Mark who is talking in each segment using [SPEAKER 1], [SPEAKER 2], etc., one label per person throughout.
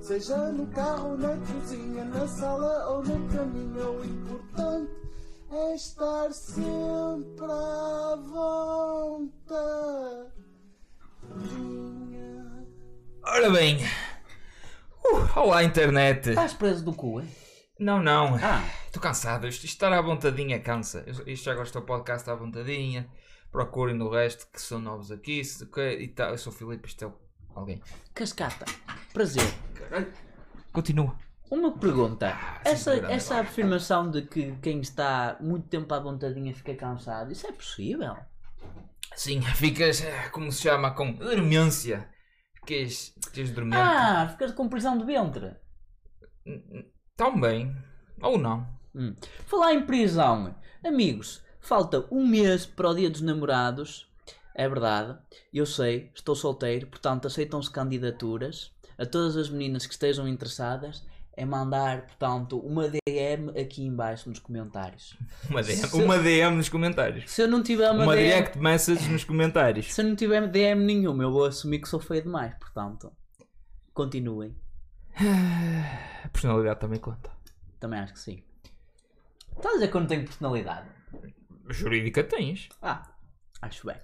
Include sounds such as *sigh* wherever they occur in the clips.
[SPEAKER 1] Seja no carro, na cozinha, na sala ou no caminho, o importante é estar sempre à vontade.
[SPEAKER 2] Ora bem. Uh, olá, internet.
[SPEAKER 3] Estás preso do cu, hein?
[SPEAKER 2] Não, não.
[SPEAKER 3] Ah,
[SPEAKER 2] Estou cansado. Isto isto estar à vontadinha cansa. Eu- Isto já gosto do podcast à vontadinha. Procurem no resto que são novos aqui. se- que- e tal. Eu sou o Filipe, isto é o- alguém.
[SPEAKER 3] cascata. Prazer.
[SPEAKER 2] Continua.
[SPEAKER 3] Uma pergunta.
[SPEAKER 2] sim,
[SPEAKER 3] Ah, Essa, é
[SPEAKER 2] grande
[SPEAKER 3] essa afirmação de que quem está muito tempo à vontadinha fica cansado, isso é possível?
[SPEAKER 2] Sim, ficas, eh, como se chama, com dormência. Ficas, ficas dormente.
[SPEAKER 3] Ah, ficas com prisão de ventre.
[SPEAKER 2] N- n- Também. Tá um Ou não.
[SPEAKER 3] Hum. Falar em prisão. Amigos, falta um mês para o dia dos namorados. É verdade. Eu sei, estou solteiro, portanto aceitam-se candidaturas. A todas as meninas que estejam interessadas é mandar, portanto, uma DM aqui em baixo nos comentários.
[SPEAKER 2] Uma DM,
[SPEAKER 3] Se-
[SPEAKER 2] uma DM nos comentários.
[SPEAKER 3] Se eu não tiver uma,
[SPEAKER 2] Uma
[SPEAKER 3] DM,
[SPEAKER 2] direct message nos comentários.
[SPEAKER 3] se eu não tiver DM nenhuma, eu vou assumir que sou feio demais, portanto. Continuem.
[SPEAKER 2] A personalidade também conta.
[SPEAKER 3] Também acho que sim. Estás a dizer que eu não tenho personalidade?
[SPEAKER 2] Jurídica tens.
[SPEAKER 3] Ah, acho bem.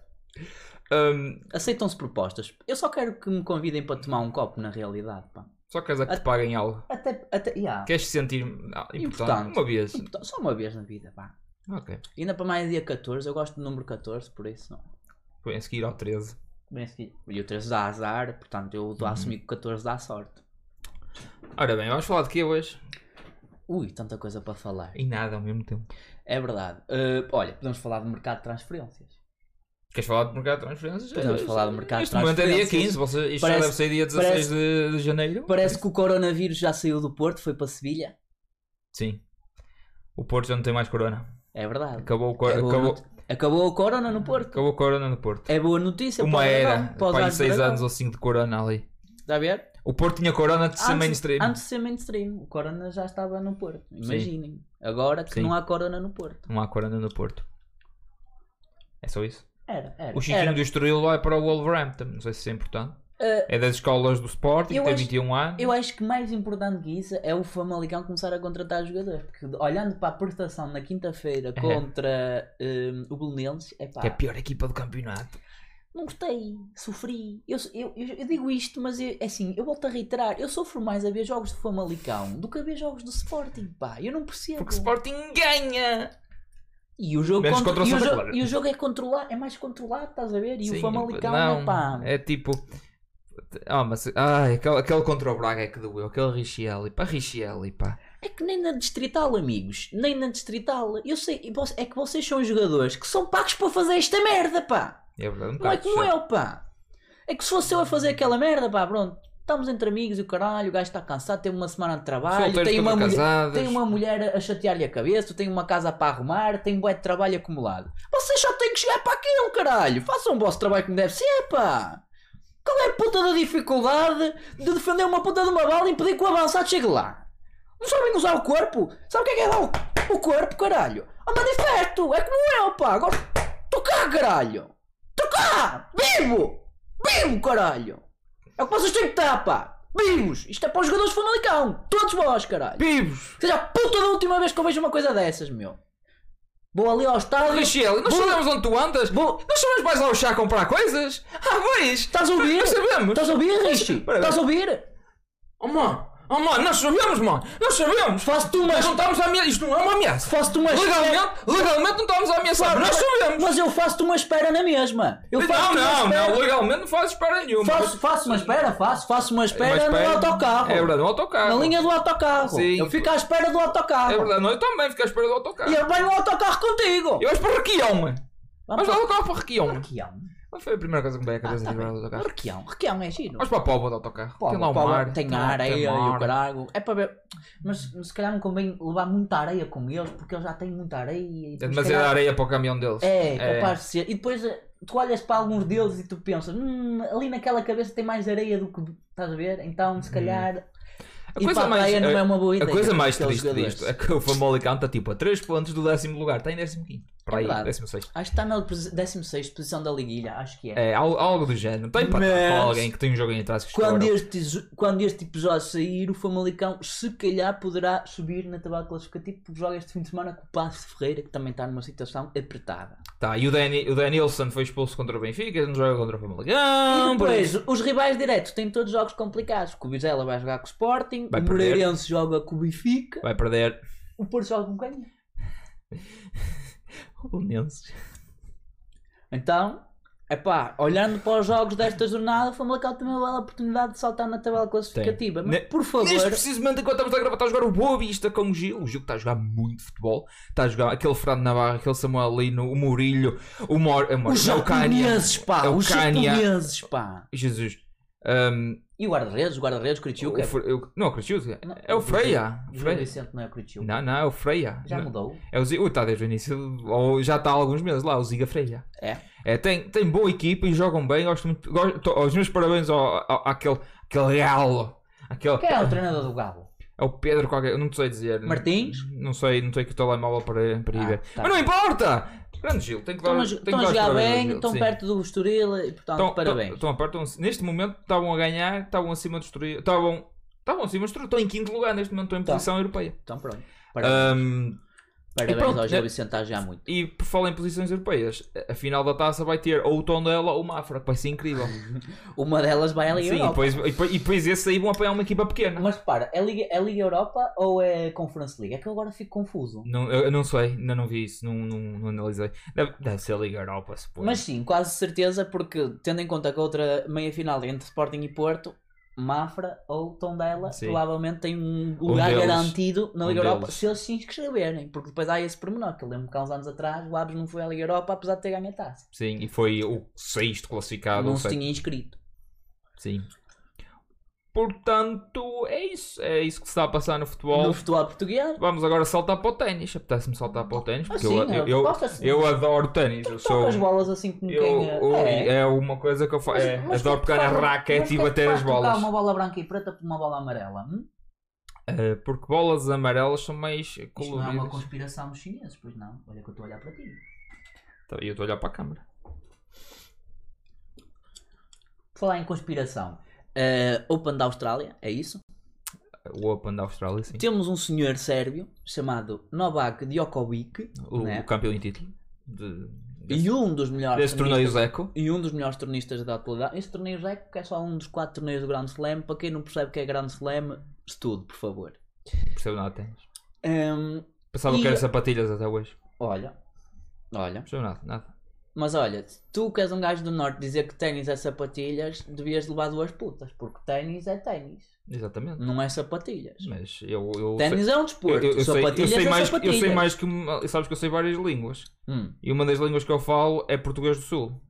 [SPEAKER 2] Hum,
[SPEAKER 3] Aceitam-se propostas. Eu só quero que me convidem para tomar um copo, na realidade, pá.
[SPEAKER 2] só queres é que te paguem algo.
[SPEAKER 3] Até, até, yeah.
[SPEAKER 2] Queres sentir ah, importante.
[SPEAKER 3] Importante.
[SPEAKER 2] Uma vez.
[SPEAKER 3] Portanto, Só uma vez na vida, pá.
[SPEAKER 2] Ok.
[SPEAKER 3] Ainda para mais dia 14, eu gosto do número 14, por isso não.
[SPEAKER 2] Foi a seguir ao 13.
[SPEAKER 3] Bem assim. E o 13 dá azar, portanto eu dou a assumir que o 14 dá sorte.
[SPEAKER 2] Ora bem, vamos falar de que hoje?
[SPEAKER 3] Ui, tanta coisa para falar.
[SPEAKER 2] E nada ao mesmo tempo.
[SPEAKER 3] É verdade. Eh, olha, podemos falar do mercado de transferências.
[SPEAKER 2] Queres falar do mercado de transferências?
[SPEAKER 3] Podemos
[SPEAKER 2] Eh,
[SPEAKER 3] falar do mercado de
[SPEAKER 2] Este momento é dia
[SPEAKER 3] transferências.
[SPEAKER 2] 15. Você, isto já
[SPEAKER 3] Parece-
[SPEAKER 2] deve ser dia 16
[SPEAKER 3] parece-
[SPEAKER 2] de, de janeiro.
[SPEAKER 3] Parece que o coronavírus já saiu do Porto, foi para Sevilha.
[SPEAKER 2] Sim. O Porto já não tem mais corona.
[SPEAKER 3] É verdade.
[SPEAKER 2] Acabou o, cor...
[SPEAKER 3] É boa
[SPEAKER 2] acabou...
[SPEAKER 3] not- Acabou o corona no Porto.
[SPEAKER 2] acabou o corona no Porto.
[SPEAKER 3] É boa notícia.
[SPEAKER 2] Uma
[SPEAKER 3] para o Dragão,
[SPEAKER 2] era.
[SPEAKER 3] para os
[SPEAKER 2] Pai,
[SPEAKER 3] Arcos
[SPEAKER 2] 6
[SPEAKER 3] Dragão.
[SPEAKER 2] anos ou 5 de corona ali.
[SPEAKER 3] Está a ver?
[SPEAKER 2] O Porto tinha corona de ser
[SPEAKER 3] Antes-
[SPEAKER 2] mainstream.
[SPEAKER 3] Antes de ser mainstream, o Corona já estava no Porto. Imaginem. Agora que
[SPEAKER 2] Sim.
[SPEAKER 3] não há Corona no Porto.
[SPEAKER 2] Não há corona no Porto. É só isso?
[SPEAKER 3] Era, era.
[SPEAKER 2] O Chiquinho
[SPEAKER 3] era.
[SPEAKER 2] do Estoril vai para o Wolverhampton, não sei se é importante.
[SPEAKER 3] Eh,
[SPEAKER 2] É das escolas do Sporting,
[SPEAKER 3] eu
[SPEAKER 2] tem
[SPEAKER 3] acho-
[SPEAKER 2] 21 anos.
[SPEAKER 3] Eu acho que mais importante que isso é o Famalicão começar a contratar jogadores. Porque olhando para a prestação na quinta-feira contra hum, o Belenenses, é pá,
[SPEAKER 2] Que é a pior equipa do campeonato.
[SPEAKER 3] não gostei, sofri. Eu, eu- eu- eu digo isto, mas eu- é assim, eu volto a reiterar: eu sofro mais a ver jogos do Famalicão do que a ver jogos do Sporting, pá. Eu não percebo.
[SPEAKER 2] Porque o Sporting ganha!
[SPEAKER 3] E o jogo,
[SPEAKER 2] Menos
[SPEAKER 3] contro-
[SPEAKER 2] contra o
[SPEAKER 3] e o
[SPEAKER 2] Santa
[SPEAKER 3] jogo-
[SPEAKER 2] Clara.
[SPEAKER 3] e o jogo é controlado, é mais controlado, estás a ver? E
[SPEAKER 2] Sim,
[SPEAKER 3] o Famalicão
[SPEAKER 2] não,
[SPEAKER 3] é pá.
[SPEAKER 2] É tipo. Ah, mas. Ai, aquele, aquele contra o Braga é que doeu. Aquele Richelli, pá, Richelli, pá.
[SPEAKER 3] É que nem na distrital, amigos. Nem na distrital. Eu sei, e voc- é que vocês são jogadores que são pagos para fazer esta merda, pá.
[SPEAKER 2] É verdade, um
[SPEAKER 3] Não é
[SPEAKER 2] bocado
[SPEAKER 3] como
[SPEAKER 2] chato.
[SPEAKER 3] eu, pá. É que se fosse eu a fazer aquela merda, pá, pronto. Estamos entre amigos e o caralho, o gajo está cansado, teve uma semana de trabalho,
[SPEAKER 2] Solteiros
[SPEAKER 3] tem
[SPEAKER 2] contra
[SPEAKER 3] uma, mulher,
[SPEAKER 2] casados.
[SPEAKER 3] tem uma mulher a chatear-lhe a cabeça, tem uma casa para arrumar, tem um bué de trabalho acumulado. Vocês só têm que chegar para aquilo, caralho. Façam o vosso trabalho como deve ser, pá. Qual é a puta da dificuldade de defender uma puta de uma bala e impedir que o avançado chegue lá? Não sabem usar o corpo? Sabe o que é que é dar o, o corpo, caralho? Ah, manifesto! É como eu, pá! Agora. Tô cá, caralho! Tô cá! Vivo! Vivo, caralho! É o que vocês têm que estar, pá! Vivos! Isto é para os jogadores do Famalicão! Todos vós, caralho!
[SPEAKER 2] Vivos!
[SPEAKER 3] Seja a puta da última vez que eu vejo uma coisa dessas, meu! Vou ali ao estádio.
[SPEAKER 2] Richelli, nós
[SPEAKER 3] vou...
[SPEAKER 2] sabemos onde tu andas?
[SPEAKER 3] Vou... Tá,
[SPEAKER 2] Nós sabemos mais lá o chá comprar coisas? Ah, pois!
[SPEAKER 3] Estás a ouvir?
[SPEAKER 2] Nós sabemos!
[SPEAKER 3] Estás a ouvir, Richie?
[SPEAKER 2] Espera aí.
[SPEAKER 3] Estás a ouvir?
[SPEAKER 2] Oh, mano! Oh, mano, nós sabemos, mano! Nós sabemos!
[SPEAKER 3] Faço-te uma.
[SPEAKER 2] Nós não estamos a ameaçar. Isto não é uma ameaça!
[SPEAKER 3] Faço-te uma.
[SPEAKER 2] Legalmente, legalmente não estamos a ameaçar. Nós sabemos.
[SPEAKER 3] Mas eu faço-te uma espera na mesma! Eu
[SPEAKER 2] Não,
[SPEAKER 3] faço-te uma
[SPEAKER 2] não,
[SPEAKER 3] espera.
[SPEAKER 2] não. Legalmente não fazes espera nenhuma.
[SPEAKER 3] Faço, faço uma espera, faço, faço uma espera,
[SPEAKER 2] Mas espera-
[SPEAKER 3] no autocarro.
[SPEAKER 2] É verdade, no autocarro.
[SPEAKER 3] Na linha do autocarro.
[SPEAKER 2] Sim.
[SPEAKER 3] Eu fico à espera do autocarro.
[SPEAKER 2] É verdade, nós também ficamos à espera do autocarro.
[SPEAKER 3] E eu venho no autocarro contigo.
[SPEAKER 2] Eu acho para Requião. mano. Vamos para
[SPEAKER 3] Vamos
[SPEAKER 2] o
[SPEAKER 3] ao
[SPEAKER 2] autocarro para Requião.
[SPEAKER 3] Requião.
[SPEAKER 2] Qual foi a primeira coisa que me veio à cabeça de livrar do autocarro?
[SPEAKER 3] Requião. Requião é giro.
[SPEAKER 2] Vamos para a Póvoa do autocarro.
[SPEAKER 3] Pá,
[SPEAKER 2] tem lá o
[SPEAKER 3] pá,
[SPEAKER 2] mar.
[SPEAKER 3] Tem
[SPEAKER 2] lá-
[SPEAKER 3] areia
[SPEAKER 2] mar.
[SPEAKER 3] e o caralho. É para ver. Mas se calhar não convém levar muita areia com eles, porque eles já têm muita areia. e
[SPEAKER 2] É
[SPEAKER 3] depois, se
[SPEAKER 2] demasiada
[SPEAKER 3] calhar,
[SPEAKER 2] areia para o caminhão deles.
[SPEAKER 3] É, capaz de ser. E depois eh, tu olhas para alguns deles e tu pensas, "Hum, ali naquela cabeça tem mais areia do que. Estás a ver? Então, se calhar.
[SPEAKER 2] Hum. A
[SPEAKER 3] ir
[SPEAKER 2] coisa
[SPEAKER 3] para a
[SPEAKER 2] mais-
[SPEAKER 3] praia não
[SPEAKER 2] a-
[SPEAKER 3] é uma boa
[SPEAKER 2] A
[SPEAKER 3] ideia.
[SPEAKER 2] coisa mais
[SPEAKER 3] para aqueles
[SPEAKER 2] triste é
[SPEAKER 3] jogadores.
[SPEAKER 2] tá, disto é que o Famalicão está tipo a 3 pontos do décimo lugar, está em 15. Para aí,
[SPEAKER 3] verdade.
[SPEAKER 2] 16.
[SPEAKER 3] Acho que está na 16 posição da liguilha, acho que é.
[SPEAKER 2] É, al- algo do género. Tem para
[SPEAKER 3] Mas-
[SPEAKER 2] com alguém que tem um jogo em atrás que
[SPEAKER 3] Quando
[SPEAKER 2] estoura.
[SPEAKER 3] este, zo- quando este episódio sair, o Famalicão se calhar poderá subir na tabela classificativa tipo, porque joga este fim de semana com o Passo Ferreira, que também está numa situação apertada.
[SPEAKER 2] Tá, e o, Dani, o Danilson foi expulso contra o Benfica, não joga contra o
[SPEAKER 3] E
[SPEAKER 2] Famalicão. por
[SPEAKER 3] depois,
[SPEAKER 2] isso.
[SPEAKER 3] os rivais diretos têm todos jogos complicados. O Vizela vai jogar com o Sporting,
[SPEAKER 2] Vai
[SPEAKER 3] o
[SPEAKER 2] perder.
[SPEAKER 3] Moreirense joga com o Benfica,
[SPEAKER 2] Vai perder *laughs*
[SPEAKER 3] o Porto joga com quem?
[SPEAKER 2] o Nenses.
[SPEAKER 3] Então, epá, olhando para os jogos desta jornada, o Famalicão tem uma bela oportunidade de saltar na tabela classificativa.
[SPEAKER 2] Tem.
[SPEAKER 3] Mas,
[SPEAKER 2] Ne-
[SPEAKER 3] por favor,
[SPEAKER 2] Neste preciso momento, enquanto estamos a gravar, está a jogar o Boa Vista com o Gil. O Gil que está a jogar muito futebol. Está a jogar aquele Fernando Navarro, aquele Samuel Lino, o Murilho, o Mor... é o Mor-
[SPEAKER 3] os
[SPEAKER 2] é o Cania.
[SPEAKER 3] japoneses, pá,
[SPEAKER 2] É o É
[SPEAKER 3] os
[SPEAKER 2] Cania.
[SPEAKER 3] japoneses, pá.
[SPEAKER 2] Jesus. Ahm,
[SPEAKER 3] E o guarda-redes, o guarda-redes, o é Critiuca.
[SPEAKER 2] o Fre- eu- Não, Criciúma.
[SPEAKER 3] Não,
[SPEAKER 2] É o Freia.
[SPEAKER 3] Júlio
[SPEAKER 2] Freia.
[SPEAKER 3] Vicente não é o Critiuca.
[SPEAKER 2] Não, não, é o Freia.
[SPEAKER 3] Já
[SPEAKER 2] Não.
[SPEAKER 3] mudou?
[SPEAKER 2] É o Ziga, está desde o início, ou já está há alguns meses lá, o Ziga Freia.
[SPEAKER 3] É.
[SPEAKER 2] tem, tem boa equipa e jogam bem, gosto muito. Gosto, tô- os meus parabéns ao, ao, àquele, àquele galo. Aquele,
[SPEAKER 3] Quem é o treinador do Galo?
[SPEAKER 2] é o Pedro qualquer, eu não te sei dizer.
[SPEAKER 3] Martins?
[SPEAKER 2] Não sei, não tenho que o telemóvel para, para ir
[SPEAKER 3] Ah,
[SPEAKER 2] ver.
[SPEAKER 3] tá.
[SPEAKER 2] Mas não é importa! Grande Gil, tem que dar
[SPEAKER 3] Estão a,
[SPEAKER 2] tem que
[SPEAKER 3] estão
[SPEAKER 2] dar
[SPEAKER 3] a
[SPEAKER 2] os
[SPEAKER 3] jogar
[SPEAKER 2] parabéns ao
[SPEAKER 3] bem,
[SPEAKER 2] Gil,
[SPEAKER 3] estão
[SPEAKER 2] sim. Então,
[SPEAKER 3] perto do Estoril e, portanto,
[SPEAKER 2] Estão-
[SPEAKER 3] parabéns.
[SPEAKER 2] estão- estão a par, estão- neste momento estavam a ganhar, estavam acima do Estoril, estavam, estavam acima do Estoril, estão em quinto lugar, neste momento estão em
[SPEAKER 3] Tá.
[SPEAKER 2] posição europeia.
[SPEAKER 3] Então, pronto. Parabéns,
[SPEAKER 2] Ahm,
[SPEAKER 3] parabéns
[SPEAKER 2] e ah, pronto,
[SPEAKER 3] ao Gil
[SPEAKER 2] né?
[SPEAKER 3] Vicente, está a jogar muito.
[SPEAKER 2] E por falar em posições europeias, a final da taça vai ter ou o Tondela ou o Mafra, que vai ser incrível.
[SPEAKER 3] Uma delas vai à Liga
[SPEAKER 2] Sim, e
[SPEAKER 3] Europa.
[SPEAKER 2] depois, e depois, e depois esses aí vão apanhar uma equipa pequena.
[SPEAKER 3] Mas repara, é Liga, é Liga Europa ou é Conference League? É que eu agora fico confuso.
[SPEAKER 2] Não, eu eu não sei, ainda não vi isso, não, não, não analisei. Deve, deve ser a Liga Europa, se
[SPEAKER 3] Mas sim, quase certeza, porque tendo em conta que a outra meia final é entre Sporting e Porto, Mafra ou Tondela
[SPEAKER 2] Sim.
[SPEAKER 3] provavelmente tem um lugar
[SPEAKER 2] deles.
[SPEAKER 3] garantido na
[SPEAKER 2] Um
[SPEAKER 3] Liga Europa
[SPEAKER 2] deles.
[SPEAKER 3] se eles se inscreverem, porque depois há esse pormenor, que eu lembro que há uns anos atrás o Aves não foi à Liga Europa apesar de ter ganho a taça.
[SPEAKER 2] Sim, e foi o sexto classificado.
[SPEAKER 3] não
[SPEAKER 2] ou
[SPEAKER 3] se
[SPEAKER 2] Ah, sei.
[SPEAKER 3] tinha inscrito.
[SPEAKER 2] Sim. Portanto, é isso. É isso que se está a passar no futebol.
[SPEAKER 3] No futebol português,
[SPEAKER 2] Vamos agora saltar para o ténis. Apetece-me saltar para o ténis, porque
[SPEAKER 3] Assim,
[SPEAKER 2] eu, eu, eu,
[SPEAKER 3] gosta-se.
[SPEAKER 2] eu adoro ténis. Eu
[SPEAKER 3] toca
[SPEAKER 2] sou.
[SPEAKER 3] as bolas assim como
[SPEAKER 2] Eu,
[SPEAKER 3] quem eh,
[SPEAKER 2] eu- é. uma coisa que eu faço. É,
[SPEAKER 3] Mas- mas
[SPEAKER 2] adoro
[SPEAKER 3] que
[SPEAKER 2] pegar na
[SPEAKER 3] faz- mas
[SPEAKER 2] raquete e
[SPEAKER 3] que é que
[SPEAKER 2] bater
[SPEAKER 3] faz
[SPEAKER 2] as
[SPEAKER 3] trocar
[SPEAKER 2] bolas.
[SPEAKER 3] uma bola branca e preta por uma bola amarela. Hum?
[SPEAKER 2] Eh, porque bolas amarelas são mais
[SPEAKER 3] Isto não é uma
[SPEAKER 2] coloridas.
[SPEAKER 3] conspiração dos chineses, pois não? Olha que eu estou a olhar para ti.
[SPEAKER 2] Tá, E eu estou a olhar para a câmera.
[SPEAKER 3] Por falar em conspiração, eh, Open da Austrália, é isso?
[SPEAKER 2] O Open da Austrália, sim.
[SPEAKER 3] Temos um senhor sérvio chamado Novak Djokovic
[SPEAKER 2] O,
[SPEAKER 3] né?
[SPEAKER 2] o campeão em título. De, desse,
[SPEAKER 3] e um dos melhores
[SPEAKER 2] desse torneio
[SPEAKER 3] tenistas-
[SPEAKER 2] Zeco.
[SPEAKER 3] e um dos melhores tornistas da atualidade. Este torneio já é que é só um dos quatro torneios do Grand Slam. Para quem não percebe o que é Grand Slam, estude, por favor.
[SPEAKER 2] Não Percebo nada de ténis.
[SPEAKER 3] Hum,
[SPEAKER 2] Pensava
[SPEAKER 3] E-
[SPEAKER 2] que era sapatilhas até hoje.
[SPEAKER 3] olha, olha.
[SPEAKER 2] Não Percebo nada, nada.
[SPEAKER 3] Mas olha, se tu que és um gajo do norte dizer que ténis é sapatilhas, devias levar duas putas, porque ténis é ténis,
[SPEAKER 2] Exatamente.
[SPEAKER 3] não é sapatilhas.
[SPEAKER 2] Mas eu. eu sei-
[SPEAKER 3] Ténis é um desporto,
[SPEAKER 2] eu, eu sei, eu
[SPEAKER 3] sapatilhas
[SPEAKER 2] sei
[SPEAKER 3] é
[SPEAKER 2] mais, eu
[SPEAKER 3] sapatilhas.
[SPEAKER 2] sei mais que. uma- Sabes que eu sei várias línguas.
[SPEAKER 3] Hum.
[SPEAKER 2] E uma das línguas que eu falo é português do Sul.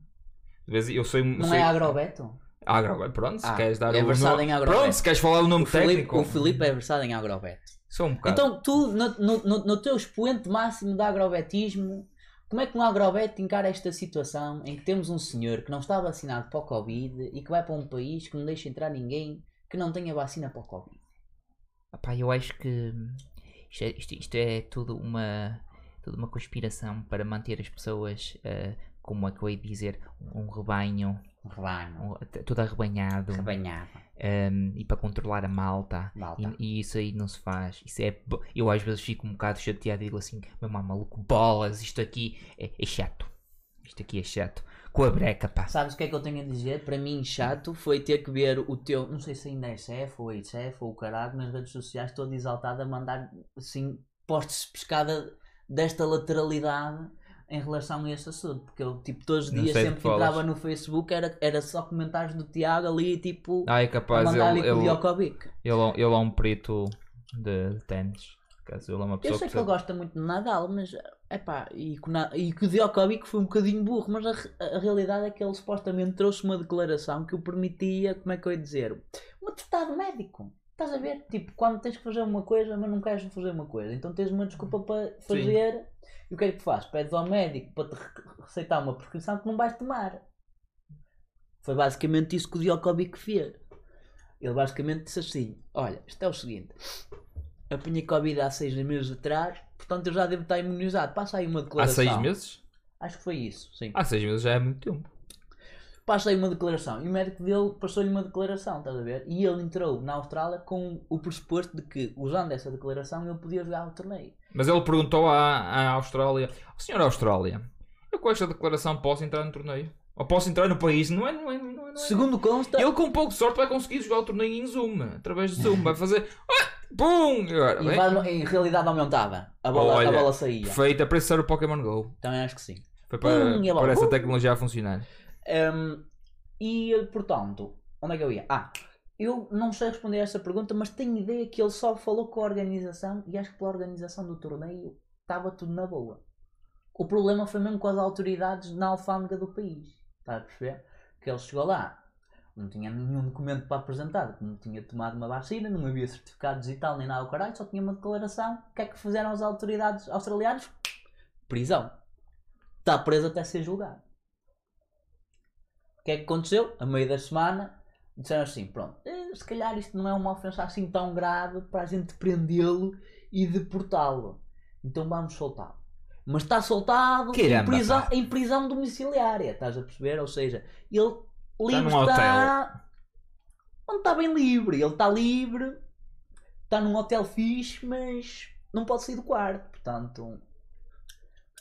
[SPEAKER 2] De vez em- eu sei.
[SPEAKER 3] Não
[SPEAKER 2] sei, Um
[SPEAKER 3] é agrobeto?
[SPEAKER 2] Agro, pronto, se
[SPEAKER 3] Ah,
[SPEAKER 2] queres dar
[SPEAKER 3] é
[SPEAKER 2] o
[SPEAKER 3] versado em
[SPEAKER 2] nome...
[SPEAKER 3] agrobeto.
[SPEAKER 2] Pronto, se queres falar o nome
[SPEAKER 3] O Filipe,
[SPEAKER 2] técnico.
[SPEAKER 3] o Filipe é versado em agrobeto.
[SPEAKER 2] Só um bocado.
[SPEAKER 3] Então, tu, no, no- no- no teu expoente máximo de agrobetismo, como é que um agrobeto encara esta situação em que temos um senhor que não está vacinado para o Covid e que vai para um país que não deixa entrar ninguém que não tenha vacina para o Covid?
[SPEAKER 4] Pá, eu acho que isto é, isto- isto é tudo uma tudo uma conspiração para manter as pessoas, eh, como é que eu hei de dizer, um rebanho,
[SPEAKER 3] Um rebanho,
[SPEAKER 4] um- t- tudo arrebanhado,
[SPEAKER 3] um rebanhado,
[SPEAKER 4] ehm, e para controlar a malta.
[SPEAKER 3] malta.
[SPEAKER 4] E, e isso aí não se faz. Isso é, bo- eu às vezes fico um bocado chateado e digo assim: meu mãe, maluco, bolas, isto aqui é, é chato. Isto aqui é chato. Com a breca, pá.
[SPEAKER 3] Sabes o que é que eu tenho a dizer? Para mim, chato foi ter que ver o teu, não sei se ainda é chefe ou ex-chefe ou o caralho, nas redes sociais todo exaltado a mandar assim postes de pescada desta lateralidade em relação a esse assunto. Porque eu, tipo, todos os
[SPEAKER 2] Não
[SPEAKER 3] dias,
[SPEAKER 2] sei de
[SPEAKER 3] sempre que
[SPEAKER 2] que falas.
[SPEAKER 3] entrava no Facebook, era, era só comentários do Tiago ali, tipo,
[SPEAKER 2] Ah, é
[SPEAKER 3] a
[SPEAKER 2] capaz, ele,
[SPEAKER 3] mandar-lhe
[SPEAKER 2] ele,
[SPEAKER 3] com o
[SPEAKER 2] ele,
[SPEAKER 3] Djokovic.
[SPEAKER 2] é- ele é um preto de, de ténis. Por acaso, Ele é uma
[SPEAKER 3] Eu
[SPEAKER 2] pessoa
[SPEAKER 3] sei
[SPEAKER 2] que
[SPEAKER 3] que ele gosta muito de Nadal, mas epá, e, que o Na- e que o Djokovic foi um bocadinho burro, mas a, re- a realidade é que ele supostamente trouxe uma declaração que o permitia, como é que eu ia dizer, um atestado médico. Estás a ver? Tipo, quando tens que fazer uma coisa, mas não queres fazer uma coisa, então tens uma desculpa para fazer. E o que é que tu fazes? Pedes ao médico para te re- receitar uma prescrição que não vais tomar. Foi basicamente isso que o Djokovic fez. Ele basicamente disse assim: Olha, isto é o seguinte. Apanhei Covid há seis meses atrás Portanto, eu já devo estar imunizado. Passa aí uma
[SPEAKER 2] Há
[SPEAKER 3] declaração.
[SPEAKER 2] seis meses?
[SPEAKER 3] Acho que foi isso, sim.
[SPEAKER 2] Há seis meses já é muito tempo.
[SPEAKER 3] Passa aí uma declaração. E o médico dele passou-lhe uma declaração, estás a ver? E ele entrou na Austrália com o pressuposto de que, usando essa declaração, ele podia jogar o torneio.
[SPEAKER 2] Mas ele perguntou à, à Austrália: "Ó, Senhor Austrália, eu com esta declaração posso entrar no torneio? Ou posso entrar no país? Não é? Não é? Não é, não é, não é.
[SPEAKER 3] Segundo consta,
[SPEAKER 2] Ele, com um pouco de sorte, vai conseguir jogar o torneio em Zoom, através de Zoom. Vai fazer. Ah, Pum! E Agora,
[SPEAKER 3] e
[SPEAKER 2] bem,
[SPEAKER 3] vai- em realidade aumentava. A bola,
[SPEAKER 2] Olha,
[SPEAKER 3] a bola saía.
[SPEAKER 2] perfeito, é para isso que serve o Pokémon Go.
[SPEAKER 3] Também acho que sim.
[SPEAKER 2] Foi para,
[SPEAKER 3] Pum, e a bola,
[SPEAKER 2] para essa
[SPEAKER 3] pum.
[SPEAKER 2] tecnologia a funcionar.
[SPEAKER 3] Hum, e portanto, onde é que eu ia? Ah, eu não sei responder a esta pergunta, mas tenho ideia que ele só falou com a organização e acho que pela organização do torneio estava tudo na boa. O problema foi mesmo com as autoridades na alfândega do país. Está a perceber? Que ele chegou lá, não tinha nenhum documento para apresentar, não tinha tomado uma vacina, não havia certificado digital nem nada, o caralho, só tinha uma declaração. O que é que fizeram as autoridades australianas? Prisão. Está preso até ser julgado. O que é que aconteceu? A meio da semana disseram assim: pronto, eh, se calhar isto não é uma ofensa assim tão grave para a gente prendê-lo e deportá-lo. Então vamos soltá-lo. Mas está soltado em
[SPEAKER 2] Caramba,
[SPEAKER 3] prisão,
[SPEAKER 2] pá.
[SPEAKER 3] em prisão domiciliária, estás a perceber? Ou seja, ele livre
[SPEAKER 2] Tá num
[SPEAKER 3] está. Onde está bem livre? Ele está livre, está num hotel fixe, mas não pode sair do quarto, portanto.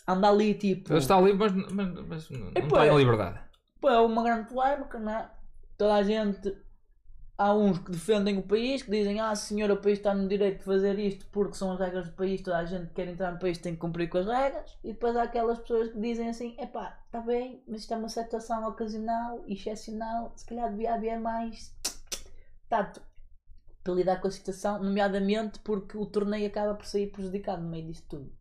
[SPEAKER 3] Anda ali tipo.
[SPEAKER 2] Ele está livre, mas, mas- mas não
[SPEAKER 3] Epá,
[SPEAKER 2] está
[SPEAKER 3] é-
[SPEAKER 2] em liberdade.
[SPEAKER 3] Pô, é uma grande polémica, não é? Toda a gente. Há uns que defendem o país, que dizem, ah senhor, o país está no direito de fazer isto porque são as regras do país, toda a gente que quer entrar no país tem que cumprir com as regras. E depois há aquelas pessoas que dizem assim, epá, está bem, mas isto é uma situação ocasional, excepcional, se calhar devia haver mais tato para lidar com a situação, nomeadamente porque o torneio acaba por sair prejudicado no meio disto tudo.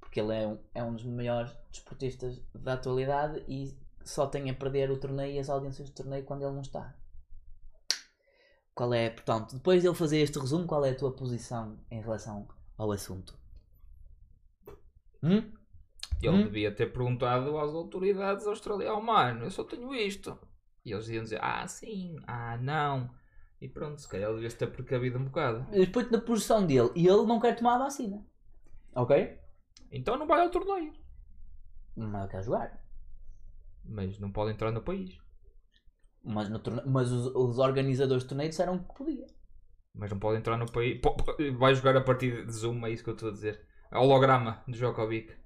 [SPEAKER 3] Porque ele é um, é um dos maiores desportistas da atualidade e só tem a perder o torneio e as audiências do torneio quando ele não está. Qual é, portanto, depois de ele fazer este resumo, qual é a tua posição em relação ao assunto? Hum?
[SPEAKER 2] Ele
[SPEAKER 3] Hum.
[SPEAKER 2] devia ter perguntado às autoridades australianas: "Oh, mano, eu só tenho isto. E eles iam dizer: ah, sim, ah, não. E pronto, se calhar ele devia ter precavido um bocado.
[SPEAKER 3] Eu Depois na posição dele e ele não quer tomar a vacina. Ok?
[SPEAKER 2] Então não vai ao torneio.
[SPEAKER 3] Mas ele quer jogar.
[SPEAKER 2] Mas não pode entrar no país.
[SPEAKER 3] Mas, no torne- mas os, os organizadores do torneio disseram que podia.
[SPEAKER 2] Mas não pode entrar no país. Po- po- Vai jogar a partir de Zoom, é isso que eu estou a dizer. Holograma do Djokovic.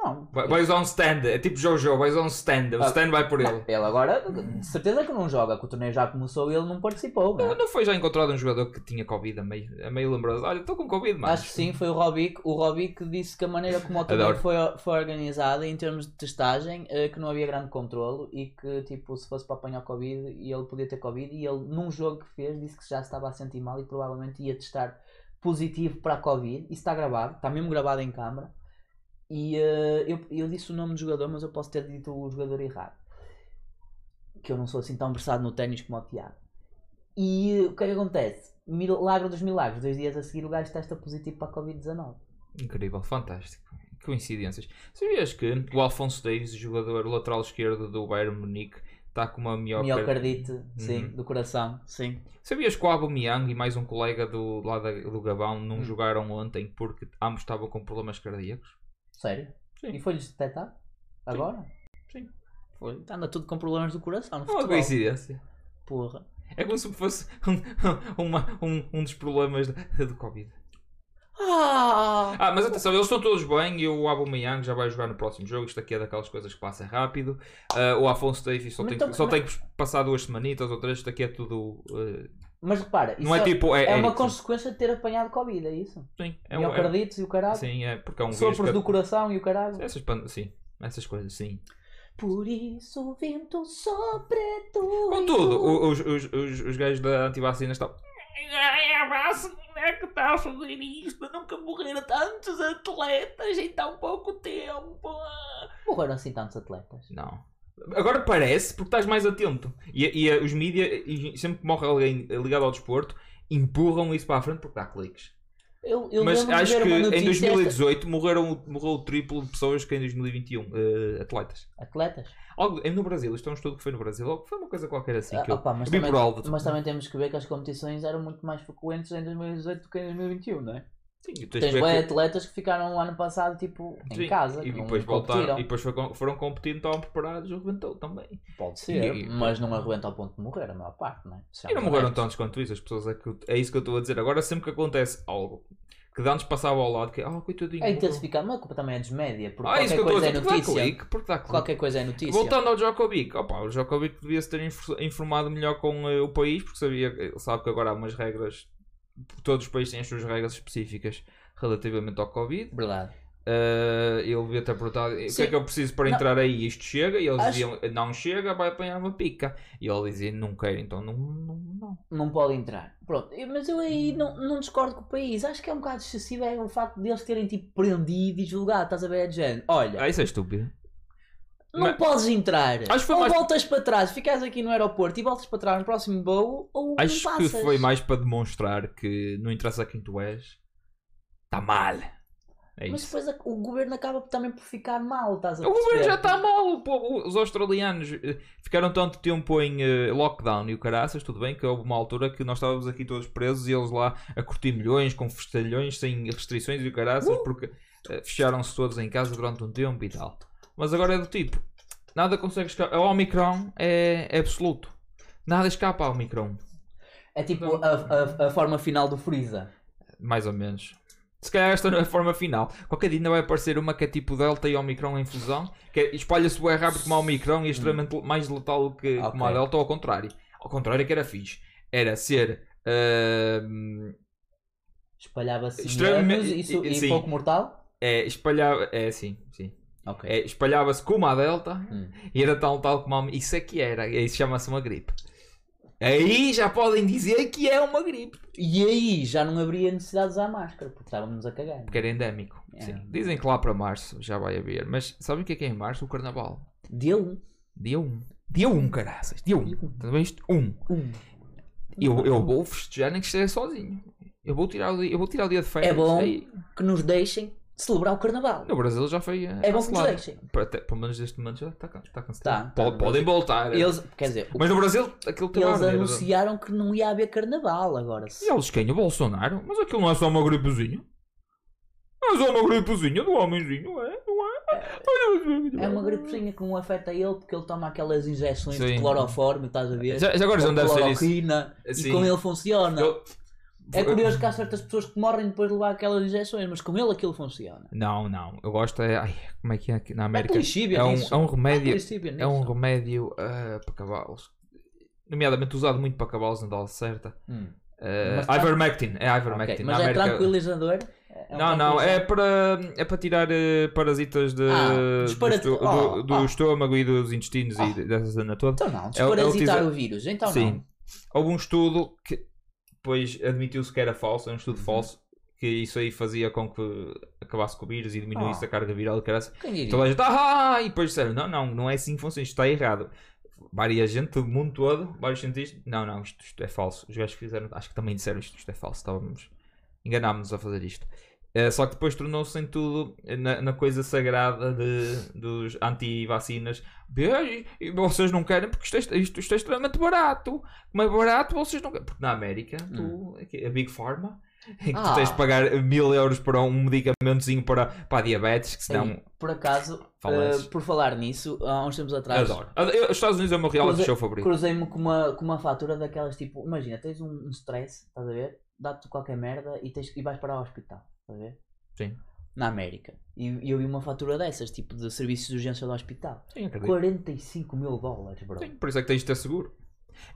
[SPEAKER 3] Não.
[SPEAKER 2] Vai- Vais a um stand, é tipo Jojo, vais a um stand, o
[SPEAKER 3] Ah.
[SPEAKER 2] stand vai por ele.
[SPEAKER 3] Ele agora, de certeza que não joga, que o torneio já começou e ele não participou. *laughs* não é?
[SPEAKER 2] Não, não foi já encontrado um jogador que tinha Covid a meio, a meio lembrou Olha, estou com Covid, mano.
[SPEAKER 3] Acho que sim, foi o Robic. O Robic disse que a maneira como o torneio
[SPEAKER 2] Adoro.
[SPEAKER 3] foi, foi organizada em termos de testagem, eh, que não havia grande controlo e que, tipo, se fosse para apanhar Covid, e ele podia ter Covid. E ele, num jogo que fez, disse que já se estava a sentir mal e provavelmente ia testar positivo para a Covid. Isso está gravado, está mesmo gravado em câmara. E eh, eu, eu disse o nome do jogador, mas eu posso ter dito o jogador errado. Que eu não sou assim tão versado no ténis como o Tiago. E o que é que acontece? Milagre dos milagres, dois dias a seguir o gajo testa positivo para a Covid-19.
[SPEAKER 2] Incrível, fantástico. Coincidências. Sabias que o Alfonso Davis, jogador lateral esquerdo do Bayern Munique, está com uma miocardite?
[SPEAKER 3] Miocardite, sim,
[SPEAKER 2] Uhum.
[SPEAKER 3] do coração, sim.
[SPEAKER 2] Sabias que o Aubameyang e mais um colega do, lá da- do Gabão não
[SPEAKER 3] Hum.
[SPEAKER 2] jogaram ontem porque ambos estavam com problemas cardíacos?
[SPEAKER 3] Sério?
[SPEAKER 2] Sim.
[SPEAKER 3] E foi-lhes detectado? Agora?
[SPEAKER 2] Sim.
[SPEAKER 3] Foi. Anda tudo com problemas do coração no
[SPEAKER 2] Não é uma
[SPEAKER 3] futebol.
[SPEAKER 2] coincidência.
[SPEAKER 3] Porra.
[SPEAKER 2] É como se fosse um, *laughs* uma- um- um dos problemas da- do Covid.
[SPEAKER 3] Ah!
[SPEAKER 2] Ah, mas atenção, eles estão todos bem e o Aubameyang já vai jogar no próximo jogo. Isto aqui é daquelas coisas que passa rápido. Ah, o Afonso Davis só,
[SPEAKER 3] Mas
[SPEAKER 2] tem,
[SPEAKER 3] então é tam-
[SPEAKER 2] só
[SPEAKER 3] mas-
[SPEAKER 2] tem que passar duas semanitas ou três. Isto aqui é tudo... ah,
[SPEAKER 3] Mas repara, isso
[SPEAKER 2] não é, tipo... É,
[SPEAKER 3] é uma
[SPEAKER 2] Ericsson.
[SPEAKER 3] consequência de ter apanhado Covid, é isso?
[SPEAKER 2] Sim, é
[SPEAKER 3] É
[SPEAKER 2] um- é-
[SPEAKER 3] Miocardites e o caralho.
[SPEAKER 2] sim, é porque é um vírus
[SPEAKER 3] Sopros
[SPEAKER 2] que-
[SPEAKER 3] do coração e o caralho.
[SPEAKER 2] Essas, pan- sim, essas coisas, sim.
[SPEAKER 3] Por isso o vento sobre tu.
[SPEAKER 2] Contudo, o- os, os, os, os gajos da antivacina estão...
[SPEAKER 4] É a vacina que está a fazer isto. tá Nunca morreram tantos atletas em tão pouco tempo.
[SPEAKER 3] Morreram assim tantos atletas.
[SPEAKER 2] Não. Agora parece, porque estás mais atento. E, e, eh, os mídia, e sempre que morre alguém ligado ao desporto, empurram isso para a frente porque dá cliques.
[SPEAKER 3] Eu, eu
[SPEAKER 2] Mas
[SPEAKER 3] lembro de
[SPEAKER 2] acho
[SPEAKER 3] ver
[SPEAKER 2] que
[SPEAKER 3] uma
[SPEAKER 2] em
[SPEAKER 3] notícia esta-
[SPEAKER 2] 2018 morreram, morreu o triplo de pessoas que em 2021, eh, atletas.
[SPEAKER 3] Atletas?
[SPEAKER 2] Algo, eh, no Brasil, isto é um estudo que foi no Brasil, ou foi uma coisa qualquer assim. que eu,
[SPEAKER 3] Ah, opa, mas,
[SPEAKER 2] eu vi por
[SPEAKER 3] também,
[SPEAKER 2] alto.
[SPEAKER 3] mas também temos que ver que as competições eram muito mais frequentes em 2018 do que em 2021, não é?
[SPEAKER 2] Sim, e
[SPEAKER 3] Tens bem atletas que ficaram o ano passado tipo em
[SPEAKER 2] Sim,
[SPEAKER 3] casa.
[SPEAKER 2] e
[SPEAKER 3] que não
[SPEAKER 2] depois voltaram,
[SPEAKER 3] competiram.
[SPEAKER 2] e depois foi com- foram competindo, estavam preparados, arrebentou também.
[SPEAKER 3] Pode ser,
[SPEAKER 2] e-
[SPEAKER 3] mas não arrebenta ao ponto de morrer, a maior parte, não é?
[SPEAKER 2] E não morreram tantos quanto isso, as pessoas é, que, é isso que eu estou a dizer. Agora, sempre que acontece algo que de antes passava ao lado, que ah, coitadinho,
[SPEAKER 3] É
[SPEAKER 2] morreu."
[SPEAKER 3] intensificado, mas a culpa também é dos média, porque
[SPEAKER 2] ah, isso que
[SPEAKER 3] qualquer
[SPEAKER 2] eu estou a
[SPEAKER 3] coisa é
[SPEAKER 2] dizer, porque dá
[SPEAKER 3] notícia.
[SPEAKER 2] clique, porque dá clique.
[SPEAKER 3] Qualquer coisa é notícia.
[SPEAKER 2] Voltando ao Djokovic, opa, o Djokovic devia-se ter infor- informado melhor com eh, o país, porque sabia, ele sabe que agora há umas regras, todos os países têm as suas regras específicas relativamente ao Covid.
[SPEAKER 3] Verdade.
[SPEAKER 2] Eh, ele devia ter perguntado o que
[SPEAKER 3] Sim.
[SPEAKER 2] é que eu preciso para
[SPEAKER 3] Não.
[SPEAKER 2] entrar aí, isto chega, e eles
[SPEAKER 3] Acho-
[SPEAKER 2] diziam não chega, vai apanhar uma pica. E ele dizia não quero, então não. não, não.
[SPEAKER 3] Não pode entrar. Pronto, eu- mas eu aí não, não discordo com o país. Acho que é um bocado excessivo é o facto deles terem tipo prendido e julgado. Estás a ver? É de género. Olha,
[SPEAKER 2] Ah, isso é estúpido.
[SPEAKER 3] não
[SPEAKER 2] mas-
[SPEAKER 3] podes entrar.
[SPEAKER 2] Acho que foi
[SPEAKER 3] ou
[SPEAKER 2] mais-
[SPEAKER 3] voltas para trás, ficas aqui no aeroporto e voltas para trás no próximo voo ou
[SPEAKER 2] Acho
[SPEAKER 3] não
[SPEAKER 2] que
[SPEAKER 3] passas.
[SPEAKER 2] foi mais para demonstrar que não interessa quem tu és, está mal. É
[SPEAKER 3] Mas
[SPEAKER 2] isso.
[SPEAKER 3] depois a- o governo acaba também por ficar mal, estás a
[SPEAKER 2] O governo
[SPEAKER 3] perceber?
[SPEAKER 2] já tá- está mal. o povo- Os australianos eh, ficaram tanto tempo em eh, lockdown e o caraças, tudo bem, que houve uma altura que nós estávamos aqui todos presos e eles lá a curtir milhões, com festalhões, sem restrições e o caraças, porque eh, fecharam-se todos em casa durante um tempo e tal. Mas agora é do tipo: nada consegue escapar. O Omicron é, é absoluto. Nada escapa ao Omicron,
[SPEAKER 3] É tipo a, a, a forma final do Freeza.
[SPEAKER 2] mais ou menos. Se calhar esta não é a forma final. Qualquer dia ainda vai aparecer uma que é tipo Delta e Omicron em fusão, que é- espalha-se bem rápido como a Omicron e é extremamente le- mais letal do que
[SPEAKER 3] Hum. Ok.
[SPEAKER 2] como a Delta, ou ao contrário. Ao contrário é que era fixe. Era ser. ah, ahm,
[SPEAKER 3] Espalhava-se
[SPEAKER 2] Extremamente-
[SPEAKER 3] menos isso, e
[SPEAKER 2] sim.
[SPEAKER 3] pouco mortal.
[SPEAKER 2] é, espalhava. É, sim, sim.
[SPEAKER 3] Ok.
[SPEAKER 2] É, espalhava-se como a Delta
[SPEAKER 3] Hum.
[SPEAKER 2] e era tal tal como a Omicron. Isso é que era. Isso chama-se uma gripe. Aí já podem dizer que é uma gripe.
[SPEAKER 3] E aí já não haveria necessidade de usar máscara, porque estávamos a cagar.
[SPEAKER 2] Porque era endémico.
[SPEAKER 3] É.
[SPEAKER 2] Sim. Dizem que lá para março já vai haver. Mas sabem o que é que é em março? O carnaval.
[SPEAKER 3] Deu
[SPEAKER 2] Dia 1. Dia 1, caraças. Dia 1.
[SPEAKER 3] Dia um.
[SPEAKER 2] Estás a ver isto? 1.
[SPEAKER 3] um.
[SPEAKER 2] Eu, eu vou festejar nem que esteja sozinho. Eu vou tirar o dia, eu vou tirar o dia de férias.
[SPEAKER 3] É bom
[SPEAKER 2] Aí,
[SPEAKER 3] que nos deixem celebrar o carnaval.
[SPEAKER 2] no Brasil já foi. eh,
[SPEAKER 3] É bom que nos
[SPEAKER 2] cancelado.
[SPEAKER 3] deixem.
[SPEAKER 2] Para- até- Pelo menos neste momento já está, can- está cancelado.
[SPEAKER 3] Tá, tá,
[SPEAKER 2] Po-
[SPEAKER 3] no
[SPEAKER 2] podem voltar.
[SPEAKER 3] Eles, quer dizer, o-
[SPEAKER 2] Mas no Brasil, aquilo tem
[SPEAKER 3] eles
[SPEAKER 2] lá a ver. é
[SPEAKER 3] anunciaram que não ia haver carnaval agora.
[SPEAKER 2] E eles quem? O Bolsonaro? Mas aquilo não é só uma gripezinha? Não é só uma gripezinha do homenzinho, é? Não é? Olha,
[SPEAKER 3] É uma gripezinha que não afeta ele porque ele toma aquelas injeções
[SPEAKER 2] Sim.
[SPEAKER 3] de cloroforme, estás a ver?
[SPEAKER 2] Já, já agora já não deve ser isso.
[SPEAKER 3] Cloroquina,
[SPEAKER 2] Sim.
[SPEAKER 3] e com ele funciona.
[SPEAKER 2] Eu-
[SPEAKER 3] É curioso que há certas pessoas que morrem depois de levar aquelas injeções, mas com ele aquilo funciona.
[SPEAKER 2] Não, não. Eu gosto é. Ai, como é que é aqui na
[SPEAKER 3] É
[SPEAKER 2] É América?
[SPEAKER 3] polícia
[SPEAKER 2] É um,
[SPEAKER 3] nisso.
[SPEAKER 2] é um remédio.
[SPEAKER 3] polícia
[SPEAKER 2] É um
[SPEAKER 3] nisso.
[SPEAKER 2] remédio ah, para cavalos. Nomeadamente usado muito para cavalos na dose certa.
[SPEAKER 3] Hum.
[SPEAKER 2] Ah,
[SPEAKER 3] Mas tá-
[SPEAKER 2] Ivermectin. É
[SPEAKER 3] Ok,
[SPEAKER 2] Ivermectin. na
[SPEAKER 3] Mas é
[SPEAKER 2] América-
[SPEAKER 3] tranquilizador? É um
[SPEAKER 2] Não, não. É
[SPEAKER 3] tranquilizador?
[SPEAKER 2] para, é para tirar eh, parasitas de,
[SPEAKER 3] Ah,
[SPEAKER 2] do,
[SPEAKER 3] dispara-
[SPEAKER 2] esto-
[SPEAKER 3] Oh,
[SPEAKER 2] do- do
[SPEAKER 3] oh.
[SPEAKER 2] estômago e dos intestinos
[SPEAKER 3] Ah.
[SPEAKER 2] e de- dessa zona toda.
[SPEAKER 3] Então
[SPEAKER 2] É
[SPEAKER 3] não,
[SPEAKER 2] o- é o
[SPEAKER 3] desparasitar
[SPEAKER 2] tisa-
[SPEAKER 3] o vírus. Então
[SPEAKER 2] Sim.
[SPEAKER 3] não.
[SPEAKER 2] Houve um estudo que depois admitiu-se que era falso. É um estudo
[SPEAKER 3] Uhum.
[SPEAKER 2] falso. Que isso aí fazia com que acabasse com o vírus e diminuísse
[SPEAKER 3] Ah.
[SPEAKER 2] a carga viral. Que era
[SPEAKER 3] Quem diria?
[SPEAKER 2] Toda a gente, ah, e depois disseram, não, não, não é assim que funciona, isto está errado. Várias gente, do mundo todo, vários cientistas, não, não, isto, isto é falso. Os gajos que fizeram, acho que também disseram isto, isto é falso, estávamos, enganámos-nos a fazer isto. Eh, só que depois tornou-se em tudo eh, na, na coisa sagrada de, dos anti-vacinas. "Bem, e vocês não querem porque isto é, isto, isto é extremamente barato. Como é barato, vocês não querem. Porque na América, tu, aqui, a Big Pharma, em que tu
[SPEAKER 3] Ah.
[SPEAKER 2] tens de pagar mil euros para um medicamentozinho para, para a diabetes, que senão
[SPEAKER 3] Ei, por acaso,
[SPEAKER 2] Falas.
[SPEAKER 3] eh, por falar nisso, há uns tempos atrás
[SPEAKER 2] Adoro. Ad- eu- Os Estados Unidos é o meu reality
[SPEAKER 3] Ah, Cruze-
[SPEAKER 2] show favorito.
[SPEAKER 3] cruzei-me com uma, com uma fatura daquelas tipo, imagina, tens um, um stress, estás a ver? Dá-te qualquer merda e, tens, e vais para o hospital, estás a ver?
[SPEAKER 2] Sim.
[SPEAKER 3] Na América. E e eu vi uma fatura dessas, tipo de serviços de urgência do hospital.
[SPEAKER 2] Sim, acredito.
[SPEAKER 3] 45 mil dólares, bro.
[SPEAKER 2] Sim, por isso é que tens de ter seguro.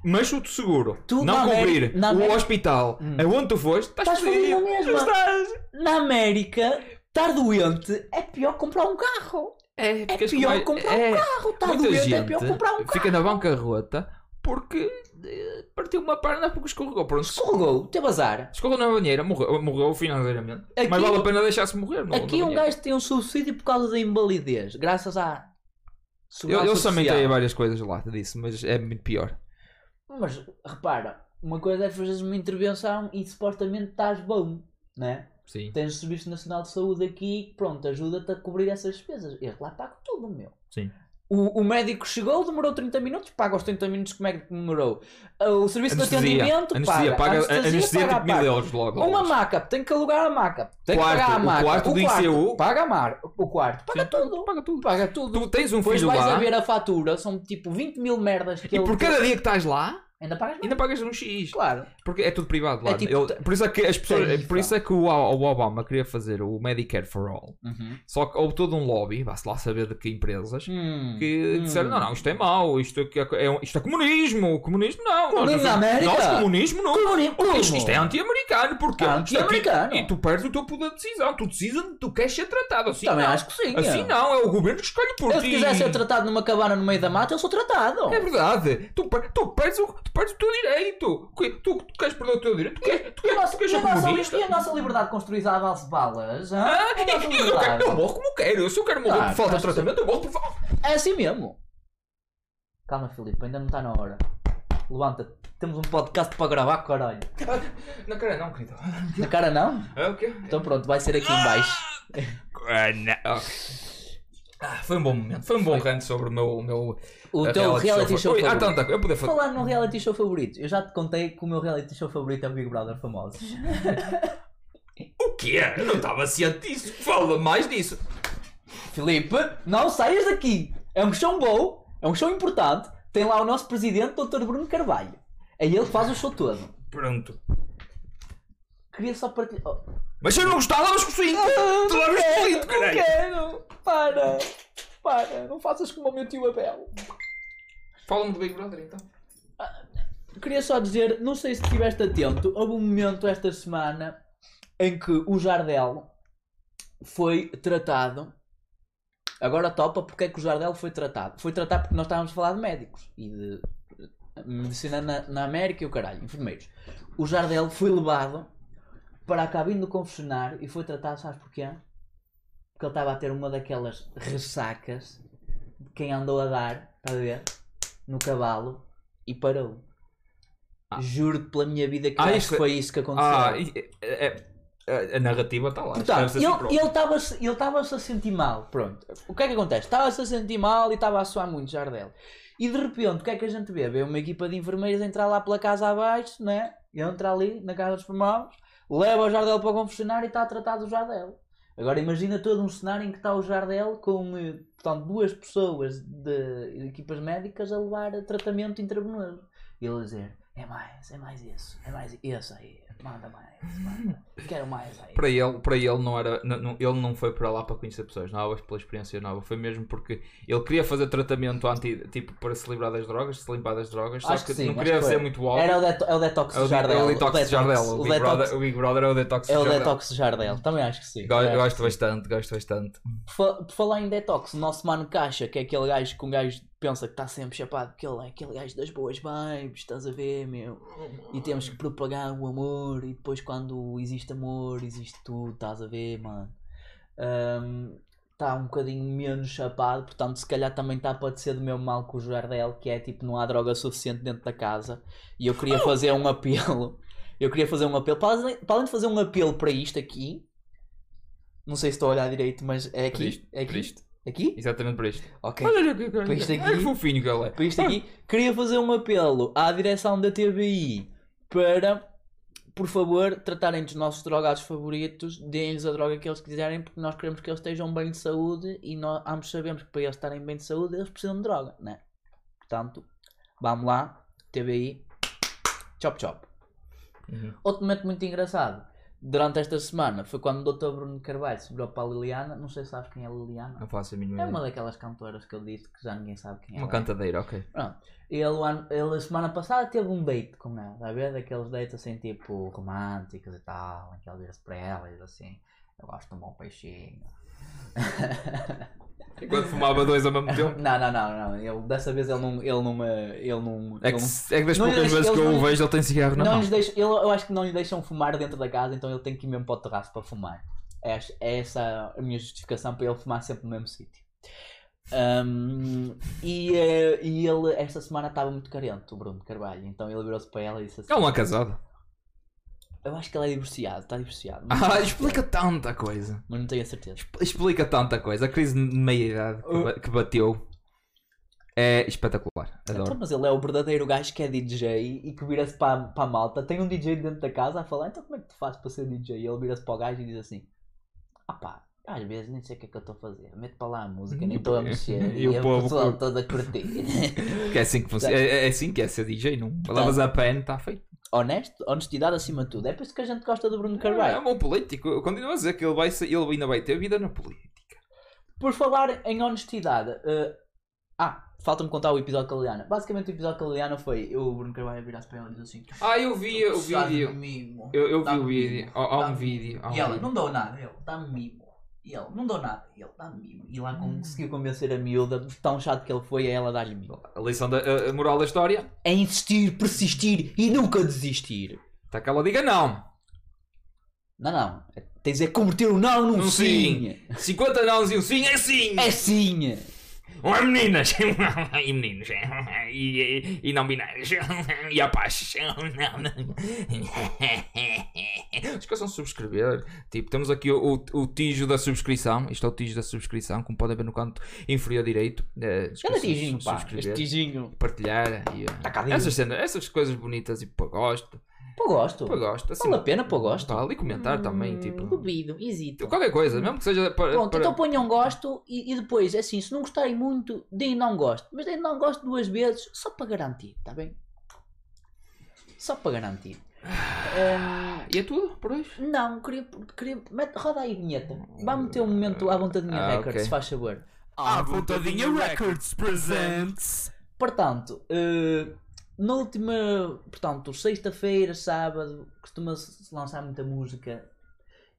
[SPEAKER 2] Mas o de seguro
[SPEAKER 3] Tu
[SPEAKER 2] não
[SPEAKER 3] na
[SPEAKER 2] cobrir
[SPEAKER 3] América- na
[SPEAKER 2] o
[SPEAKER 3] América-
[SPEAKER 2] hospital
[SPEAKER 3] Hum.
[SPEAKER 2] aonde tu foste, estás
[SPEAKER 3] Estás fodido
[SPEAKER 2] fodido.
[SPEAKER 3] na mesma.
[SPEAKER 2] Estás.
[SPEAKER 3] Na América, estar doente é pior que comprar um carro.
[SPEAKER 2] É,
[SPEAKER 3] É pior comprar um carro. Estar
[SPEAKER 2] muita
[SPEAKER 3] doente
[SPEAKER 2] gente
[SPEAKER 3] é pior que comprar um carro.
[SPEAKER 2] fica na bancarrota porque eh, partiu uma perna porque escorregou. Pronto,
[SPEAKER 3] Escorregou, teve azar.
[SPEAKER 2] escorregou na banheira, morreu, morreu financeiramente.
[SPEAKER 3] Aqui-
[SPEAKER 2] Mas vale a pena deixar-se morrer. No,
[SPEAKER 3] Aqui
[SPEAKER 2] na
[SPEAKER 3] um
[SPEAKER 2] banheira.
[SPEAKER 3] gajo tem um subsídio por causa da invalidez, graças à.
[SPEAKER 2] Eu,
[SPEAKER 3] segurança
[SPEAKER 2] eu também
[SPEAKER 3] social.
[SPEAKER 2] tenho várias coisas lá disso, mas é muito pior.
[SPEAKER 3] Mas repara, uma coisa é fazeres uma intervenção e supostamente estás bom, né?
[SPEAKER 2] Sim,
[SPEAKER 3] Tens o Serviço Nacional de Saúde aqui, pronto, ajuda-te a cobrir essas despesas. Eles lá pagam tudo, meu.
[SPEAKER 2] Sim.
[SPEAKER 3] O, o médico chegou, demorou 30 minutos, paga os 30 minutos é que o médico demorou. Ah, O serviço de
[SPEAKER 2] Anestesia.
[SPEAKER 3] atendimento
[SPEAKER 2] Anestesia.
[SPEAKER 3] paga.
[SPEAKER 2] Paga,
[SPEAKER 3] A
[SPEAKER 2] anestesia,
[SPEAKER 3] paga a
[SPEAKER 2] tipo mil
[SPEAKER 3] parte.
[SPEAKER 2] euros logo. logo.
[SPEAKER 3] Uma maca, tem que alugar a maca. Tem
[SPEAKER 2] Quarto,
[SPEAKER 3] que pagar a
[SPEAKER 2] o
[SPEAKER 3] maca.
[SPEAKER 2] quarto do ICU.
[SPEAKER 3] Paga a mar, o quarto. Paga tudo. Paga tudo. Paga tudo.
[SPEAKER 2] Tu tens um
[SPEAKER 3] Depois
[SPEAKER 2] filho
[SPEAKER 3] vais
[SPEAKER 2] lá
[SPEAKER 3] a ver a fatura, são tipo 20 mil merdas que
[SPEAKER 2] e
[SPEAKER 3] ele-
[SPEAKER 2] por cada dia que estás lá
[SPEAKER 3] Ainda pagas mais.
[SPEAKER 2] ainda pagas um X.
[SPEAKER 3] Claro.
[SPEAKER 2] Porque é tudo privado lá.
[SPEAKER 3] É tipo
[SPEAKER 2] Ele- por isso é que as pessoas.
[SPEAKER 3] tarifa.
[SPEAKER 2] Por isso é que o, o Obama queria fazer o Medicare for All. Só que houve todo um lobby, vá-se lá saber de que empresas.
[SPEAKER 3] Hum.
[SPEAKER 2] Que disseram, não, não, isto é mau, isto é, é, um- isto é comunismo, o comunismo não. nós
[SPEAKER 3] Comunismo
[SPEAKER 2] não
[SPEAKER 3] na
[SPEAKER 2] somos-
[SPEAKER 3] América?
[SPEAKER 2] Nós, comunismo não.
[SPEAKER 3] Comunismo, Ah, como?
[SPEAKER 2] Isto, isto é anti-americano, porque
[SPEAKER 3] Anti-americano.
[SPEAKER 2] E tu perdes o teu poder de decisão, tu decides onde tu queres ser tratado, assim
[SPEAKER 3] Também
[SPEAKER 2] não.
[SPEAKER 3] acho que sim.
[SPEAKER 2] Assim não, é o governo que escolhe por
[SPEAKER 3] Eu
[SPEAKER 2] ti.
[SPEAKER 3] se quiser ser tratado numa cabana no meio da mata, eu sou tratado.
[SPEAKER 2] É verdade. Tu, per- tu perdes, o, tu perdes o teu direito. Que- Tu, tu queres perder o teu direito? Tu queres, tu
[SPEAKER 3] E a
[SPEAKER 2] queres, tu
[SPEAKER 3] nossa,
[SPEAKER 2] queres
[SPEAKER 3] e a
[SPEAKER 2] ser
[SPEAKER 3] nossa,
[SPEAKER 2] comunista?
[SPEAKER 3] e a nossa liberdade construída à base de balas? hã?
[SPEAKER 2] Ah, *laughs*
[SPEAKER 3] A
[SPEAKER 2] eu, eu,
[SPEAKER 3] nossa
[SPEAKER 2] quero, eu
[SPEAKER 3] liberdade.
[SPEAKER 2] morro como quero. Se eu quero morrer
[SPEAKER 3] Ah,
[SPEAKER 2] por falta de
[SPEAKER 3] acho que-
[SPEAKER 2] tratamento, eu morro por falta.
[SPEAKER 3] É assim mesmo. Calma, Filipe, ainda não está na hora. Levanta-te. Temos um podcast para gravar, caralho.
[SPEAKER 2] Não, cara, não, querido.
[SPEAKER 3] Na cara não?
[SPEAKER 2] É o quê?
[SPEAKER 3] Então pronto, vai ser aqui em baixo.
[SPEAKER 2] Ah, não. Ok. Ah, foi um bom momento. Foi um bom rant sobre o meu. o meu
[SPEAKER 3] O
[SPEAKER 2] a-
[SPEAKER 3] teu reality show
[SPEAKER 2] Ui, Há
[SPEAKER 3] favorito.
[SPEAKER 2] tanta coisa. Eu podia falar.
[SPEAKER 3] Falar num reality show favorito. Eu já te contei que o meu reality show favorito é o Big Brother Famosos.
[SPEAKER 2] O quê? Eu não estava ciente disso. Fala mais disso.
[SPEAKER 3] Filipe, não saias daqui. É um show bom, é um show importante. Tem lá o nosso presidente, Dr. Bruno Carvalho. É ele que faz o show todo.
[SPEAKER 2] Pronto.
[SPEAKER 3] Queria só partilhar. Oh.
[SPEAKER 2] Mas se eu não gostar, levas com o swing. Tu levas com o swing,
[SPEAKER 3] Ah, Não
[SPEAKER 2] caralho.
[SPEAKER 3] quero! Para! Para! Não faças como o meu tio Abel.
[SPEAKER 2] Fala-me do Big Brother então.
[SPEAKER 3] Queria só dizer, não sei se estiveste atento, houve um momento esta semana em que o Jardel foi tratado. Agora topa porque é que o Jardel foi tratado. Foi tratado porque nós estávamos a falar de médicos e de eh, medicina na, na América e o caralho, enfermeiros. O Jardel foi levado para a cabine do confessionário e foi tratado, sabes porquê? Porque ele estava a ter uma daquelas ressacas de quem andou a dar, tá a ver, no cavalo e parou. Juro-te pela minha vida que
[SPEAKER 2] Ah,
[SPEAKER 3] acho
[SPEAKER 2] isso
[SPEAKER 3] que
[SPEAKER 2] é-
[SPEAKER 3] foi isso que aconteceu.
[SPEAKER 2] Ah, e- e- é- é- a narrativa está lá.
[SPEAKER 3] Portanto,
[SPEAKER 2] Escreve-se assim
[SPEAKER 3] Tá, ele
[SPEAKER 2] próprio.
[SPEAKER 3] ele estava-se ele estava-se a sentir mal, pronto. O que é que acontece? Estava-se a sentir mal e estava a suar muito, Jardel. E de repente, o que é que a gente vê? Vê uma equipa de enfermeiras entrar lá pela casa abaixo, né? Entra ali na casa dos formados, leva o Jardel para o confessionário e está a tratar do Jardel. Agora imagina todo um cenário em que está o Jardel com, eh, portanto, duas pessoas de equipas médicas a levar tratamento intravenoso. E ele a dizer, é mais, é mais isso, é mais isso aí, manda mais, manda, quero mais aí.
[SPEAKER 2] Para ele, para ele não era, não- não- ele não foi para lá para conhecer pessoas novas, pela experiência nova, foi mesmo porque ele queria fazer tratamento anti, tipo para se livrar das drogas, se limpar das drogas, só
[SPEAKER 3] Acho
[SPEAKER 2] que,
[SPEAKER 3] que sim,
[SPEAKER 2] não
[SPEAKER 3] acho
[SPEAKER 2] queria
[SPEAKER 3] que
[SPEAKER 2] ser
[SPEAKER 3] foi.
[SPEAKER 2] muito óbvio.
[SPEAKER 3] Era o, deto- é o detox
[SPEAKER 2] É o
[SPEAKER 3] do
[SPEAKER 2] de- é
[SPEAKER 3] Jardel.
[SPEAKER 2] o detox de Jardel, o
[SPEAKER 3] O
[SPEAKER 2] Big Brother-
[SPEAKER 3] detox,
[SPEAKER 2] o Big Brother é o detox de
[SPEAKER 3] é o
[SPEAKER 2] Jardel.
[SPEAKER 3] detox É. de Jardel. Também acho que sim.
[SPEAKER 2] Go-
[SPEAKER 3] Também acho
[SPEAKER 2] Gosto
[SPEAKER 3] que sim.
[SPEAKER 2] bastante, gosto bastante.
[SPEAKER 3] Fa- Por falar em detox, o nosso mano Caixa, que é aquele gajo que um gajo pensa que está sempre chapado, que ele é aquele gajo das boas vibes, estás a ver, meu? E temos que propagar o amor, e depois quando existe amor, existe tudo, estás a ver, mano? Está um bocadinho menos chapado, portanto, se calhar também está a padecer do mesmo mal que o Jardel, que é tipo, não há droga suficiente dentro da casa. E eu queria fazer um apelo. *laughs* Eu queria fazer um apelo. Para além, para além de fazer um apelo para isto aqui, não sei se estou a olhar direito, mas é
[SPEAKER 2] Para
[SPEAKER 3] aqui.
[SPEAKER 2] isto,
[SPEAKER 3] é
[SPEAKER 2] para
[SPEAKER 3] aqui?
[SPEAKER 2] isto.
[SPEAKER 3] Aqui?
[SPEAKER 2] Exatamente para isto.
[SPEAKER 3] Ok.
[SPEAKER 2] Olha, olha, olha,
[SPEAKER 3] Para isto
[SPEAKER 2] olha,
[SPEAKER 3] aqui-
[SPEAKER 2] que fofinho que ele é.
[SPEAKER 3] Para isto aqui, queria fazer um apelo à direção da TBI para, por favor, tratarem dos nossos drogados favoritos, deem-lhes a droga que eles quiserem, porque nós queremos que eles estejam bem de saúde e nós ambos sabemos que para eles estarem bem de saúde eles precisam de droga, né? Portanto, vamos lá, TBI, chop chop.
[SPEAKER 2] Uhum.
[SPEAKER 3] Outro momento muito engraçado. Durante esta semana foi quando o Dr. Bruno Carvalho se virou para a Liliana. Não sei se sabes quem é a Liliana.
[SPEAKER 2] Não faço a mínima
[SPEAKER 3] É uma
[SPEAKER 2] ideia.
[SPEAKER 3] daquelas cantoras que eu disse que já ninguém sabe quem é.
[SPEAKER 2] Uma cantadeira, ok.
[SPEAKER 3] Pronto. Ele, o ano- ele a semana passada teve um date com ela, está a ver? Daqueles dates assim tipo românticos e tal, em que ele vira-se para ela e diz assim, eu gosto de um bom peixinho. *laughs*
[SPEAKER 2] Enquanto fumava dois ao mesmo tempo.
[SPEAKER 3] Não, não, não, não. Ele, dessa vez ele não. Ele não. eh, Ele não.
[SPEAKER 2] *laughs* É
[SPEAKER 3] ele
[SPEAKER 2] que,
[SPEAKER 3] não-
[SPEAKER 2] é que das
[SPEAKER 3] Não,
[SPEAKER 2] poucas
[SPEAKER 3] eles-
[SPEAKER 2] vezes que
[SPEAKER 3] eles
[SPEAKER 2] eu o
[SPEAKER 3] não-
[SPEAKER 2] vejo, ele tem cigarro na
[SPEAKER 3] não
[SPEAKER 2] mão.
[SPEAKER 3] lhes deixam, ele, eu acho que não lhe deixam fumar dentro da casa, então ele tem que ir mesmo para o terraço para fumar. É, essa- é essa a minha justificação para ele fumar sempre no mesmo sítio. Ahm, e, eh, e ele, esta semana, estava muito carente, o Bruno Carvalho. Então ele virou-se para ela e disse assim:
[SPEAKER 2] Ele não é casado.
[SPEAKER 3] Eu acho que ele é divorciado, está divorciado. mas *laughs* não
[SPEAKER 2] Ah,
[SPEAKER 3] tenho
[SPEAKER 2] explica
[SPEAKER 3] certeza,
[SPEAKER 2] tanta coisa.
[SPEAKER 3] Mas não tenho a certeza. Uh.
[SPEAKER 2] Explica tanta coisa. A crise de meia-idade que, ba- que bateu. É espetacular.
[SPEAKER 3] Então,
[SPEAKER 2] Adoro.
[SPEAKER 3] mas ele é o verdadeiro gajo que é DJ e que vira-se para, para a malta. Tem um DJ dentro da casa a falar: então como é que tu fazes para ser DJ? E ele vira-se para o gajo e diz assim: ah pá, às vezes nem sei o que é que eu estou a fazer. Meto para lá a música, nem
[SPEAKER 2] E o
[SPEAKER 3] estou a
[SPEAKER 2] po-
[SPEAKER 3] mexer.
[SPEAKER 2] Hum, *laughs* e
[SPEAKER 3] E é
[SPEAKER 2] o
[SPEAKER 3] o
[SPEAKER 2] povo
[SPEAKER 3] pessoal
[SPEAKER 2] curte.
[SPEAKER 3] todo a curtir.
[SPEAKER 2] *laughs* Que é assim que funciona. É, é assim que é ser DJ, não
[SPEAKER 3] Tá.
[SPEAKER 2] lavas a pena, está feito.
[SPEAKER 3] Honesto, honestidade acima de tudo. É por isso que a gente gosta do Bruno
[SPEAKER 2] É
[SPEAKER 3] Carvalho.
[SPEAKER 2] um bom político. Eu continuo a dizer que ele, vai ser- ele ainda vai ter vida na política.
[SPEAKER 3] Por falar em honestidade, eh, ah, falta-me contar o episódio com a Liliana. Basicamente, o episódio com a Liliana foi o Bruno Carvalho virar-se para ela e dizer assim:
[SPEAKER 2] Ah, eu vi o
[SPEAKER 3] "Precisar de um
[SPEAKER 2] vídeo.
[SPEAKER 3] mimo."
[SPEAKER 2] Eu, eu vi
[SPEAKER 3] Dá-me
[SPEAKER 2] o vídeo.
[SPEAKER 3] mimo.
[SPEAKER 2] Há há um
[SPEAKER 3] Dá-me
[SPEAKER 2] vídeo. há um
[SPEAKER 3] E ela,
[SPEAKER 2] vídeo.
[SPEAKER 3] não dou nada, ele dá-me mimo. E ele, não dou nada, ele dá-me mimo. E lá
[SPEAKER 2] Hum.
[SPEAKER 3] conseguiu convencer a miúda, de tão chato que ele foi, a ela dar-lhe mimo.
[SPEAKER 2] A lição da a- a moral da história
[SPEAKER 3] É insistir, persistir e nunca desistir.
[SPEAKER 2] está Tá, que ela diga não.
[SPEAKER 3] Não, não. Tens é converter o não num
[SPEAKER 2] Num
[SPEAKER 3] sim.
[SPEAKER 2] sim. 50 nãos e um sim é sim.
[SPEAKER 3] É sim.
[SPEAKER 2] Não é meninas. *laughs* E meninos. E, e, e não binários. *laughs* E apaches. *laughs* Esqueçam de subscrever. Tipo, temos aqui o, o, o tijo da subscrição. Isto é o tijo da subscrição, como podem ver no canto inferior direito. Eh, esqueçam
[SPEAKER 3] Cada
[SPEAKER 2] de
[SPEAKER 3] é tijinho, pá.
[SPEAKER 2] subscrever,
[SPEAKER 3] Este tijinho. tá
[SPEAKER 2] Partilhar e, eh,
[SPEAKER 3] cadinho.
[SPEAKER 2] essas, cenas, essas coisas bonitas e pô, gosto,
[SPEAKER 3] Pô, gosto.
[SPEAKER 2] pô, gosto, assim,
[SPEAKER 3] Vale a pena, pô, gosto. Hum,
[SPEAKER 2] vale, e comentar também, tipo,
[SPEAKER 4] Duvido, hesito.
[SPEAKER 2] qualquer coisa, mesmo que seja para,
[SPEAKER 3] Pronto,
[SPEAKER 2] para-
[SPEAKER 3] então ponham gosto e, e depois, assim, se não gostarem muito, deem não gosto. Mas deem não gosto duas vezes, só para garantir, tá bem? Só para garantir. Ahm,
[SPEAKER 2] E é tudo por hoje?
[SPEAKER 3] Não, queria. queria mete, roda aí a vinheta. Vá meter um momento à vontadinha
[SPEAKER 2] Ah,
[SPEAKER 3] Records,
[SPEAKER 2] ok.
[SPEAKER 3] se faz favor.
[SPEAKER 2] Ah,
[SPEAKER 5] À Vontadinha Records presents.
[SPEAKER 3] Portanto, eh, na última. Portanto, sexta-feira, sábado, costuma-se lançar muita música.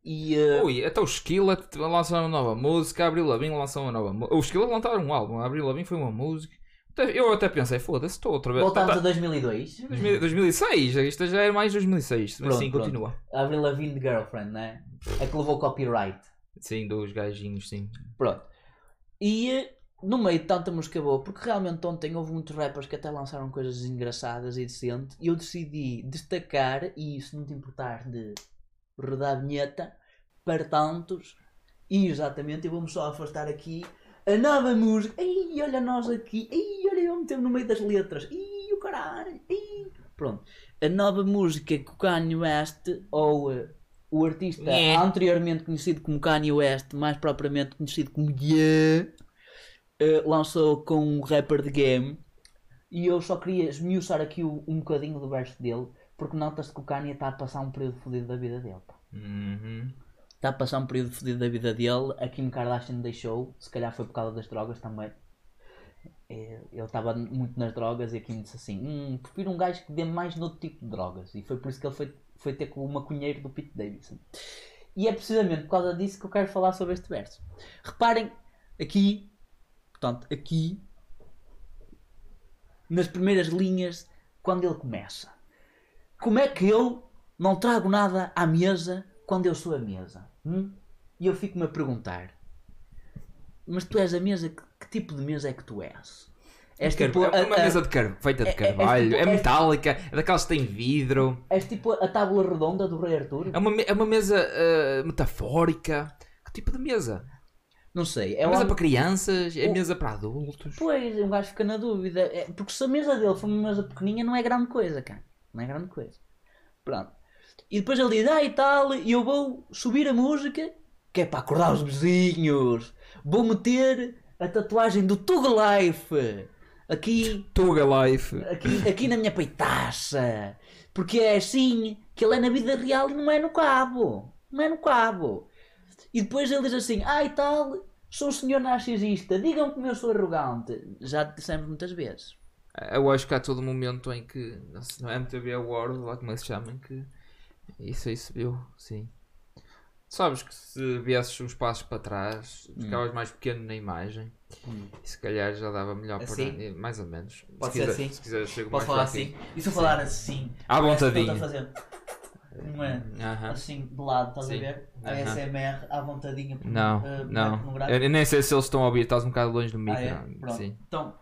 [SPEAKER 3] E. eh,
[SPEAKER 2] Ui, até o Skillet lançaram uma nova música, a Avril Lavigne lançou uma nova música. O Skillet lançaram um álbum, a Avril Lavigne foi uma música. Até- Eu até pensei, foda-se, estou outra vez.
[SPEAKER 3] voltamos a
[SPEAKER 2] tá-
[SPEAKER 3] 2002.
[SPEAKER 2] 2000 2006, isto já é mais 2006,
[SPEAKER 3] Pronto,
[SPEAKER 2] sim,
[SPEAKER 3] pronto.
[SPEAKER 2] continua.
[SPEAKER 3] Avril Lavigne de Girlfriend, né? É que levou copyright.
[SPEAKER 2] Sim, dos gajinhos, sim.
[SPEAKER 3] Pronto. E eh, no meio de tanta música boa, porque realmente ontem houve muitos rappers que até lançaram coisas engraçadas e decente, e eu decidi destacar, e se não te importar de rodar a vinheta, para tantos, e exatamente, e vamos só afastar aqui a nova música. Ei, olha nós aqui, ei, olha eu meter no meio das letras, ei, o caralho, ei. Pronto. A nova música que o Kanye West, ou eh, o artista
[SPEAKER 2] Nhé.
[SPEAKER 3] anteriormente conhecido como Kanye West, mais propriamente conhecido como Ye, eh, lançou com um rapper de game. E eu só queria esmiuçar aqui o- um bocadinho do verso dele, porque nota-se que o Kanye está a passar um período fodido da vida dele. pá.
[SPEAKER 2] Uhum.
[SPEAKER 3] Está a passar um período fodido da vida dele. A Kim Kardashian deixou, se calhar foi por causa das drogas também. Eh, Ele estava muito nas drogas e a Kim disse assim: hum, prefiro um gajo que dê mais noutro tipo de drogas. E foi por isso que ele foi, foi ter com o maconheiro do Pete Davidson. E é precisamente por causa disso que eu quero falar sobre este verso. Reparem, aqui, portanto, aqui, nas primeiras linhas, quando ele começa. Como é que eu não trago nada à mesa quando eu sou a mesa? hum? E eu fico-me a perguntar: Mas tu és a mesa? Que, que tipo de mesa é que tu és? És
[SPEAKER 2] Car-
[SPEAKER 3] tipo, a,
[SPEAKER 2] é uma
[SPEAKER 3] a-
[SPEAKER 2] mesa de car... feita
[SPEAKER 3] é-
[SPEAKER 2] de
[SPEAKER 3] é- é
[SPEAKER 2] carvalho,
[SPEAKER 3] tipo-
[SPEAKER 2] é,
[SPEAKER 3] é-
[SPEAKER 2] metálica, é daquelas que têm vidro,
[SPEAKER 3] és tipo a tábua redonda do Rei Arthur?
[SPEAKER 2] é uma, me- é uma mesa ah, metafórica. Que tipo de mesa?
[SPEAKER 3] Não sei.
[SPEAKER 2] É
[SPEAKER 3] É
[SPEAKER 2] mesa
[SPEAKER 3] uma-
[SPEAKER 2] para crianças? É
[SPEAKER 3] o-
[SPEAKER 2] mesa para adultos?
[SPEAKER 3] Pois, um gajo fica na dúvida. É, porque se a mesa dele for uma mesa pequeninha, não é grande coisa, cara. Não é grande coisa. Pronto. E depois ele diz, ah e tal, e eu vou subir a música, que é para acordar os vizinhos. Vou meter a tatuagem do Tug Life aqui,
[SPEAKER 2] Tuga Life.
[SPEAKER 3] aqui, aqui na minha peitaça. Porque é assim que ele é na vida real e não é no cabo. Não é no cabo. E depois ele diz assim, ah e tal, sou um senhor narcisista, digam como eu sou arrogante. Já te dissemos muitas vezes.
[SPEAKER 2] Eu acho que há todo um momento em que, não é sei, no MTV Award, lá como é que se chama, em que isso aí se viu, sim. Sabes que se viesses uns passos para trás, ficavas mais pequeno na imagem e se calhar já dava melhor
[SPEAKER 3] Assim?
[SPEAKER 2] para. Mais ou menos.
[SPEAKER 3] Pode
[SPEAKER 2] se
[SPEAKER 3] ser
[SPEAKER 2] quiser,
[SPEAKER 3] assim?
[SPEAKER 2] Se quiser, chego
[SPEAKER 3] Posso
[SPEAKER 2] mais
[SPEAKER 3] falar
[SPEAKER 2] para aqui.
[SPEAKER 3] assim? E se eu falar assim?
[SPEAKER 2] À
[SPEAKER 3] parece que eu
[SPEAKER 2] vontadinha.
[SPEAKER 3] estou a fazer Uma,
[SPEAKER 2] Aham.
[SPEAKER 3] assim, de lado, estás a
[SPEAKER 2] Sim.
[SPEAKER 3] ver?
[SPEAKER 2] Aham.
[SPEAKER 3] ASMR, à vontadinha.
[SPEAKER 2] Não,
[SPEAKER 3] eh,
[SPEAKER 2] não.
[SPEAKER 3] pornográfica.
[SPEAKER 2] Eu nem sei se eles estão a ouvir, estás um bocado longe do micro.
[SPEAKER 3] Ah, é? Pronto.
[SPEAKER 2] Sim. assim.
[SPEAKER 3] Então,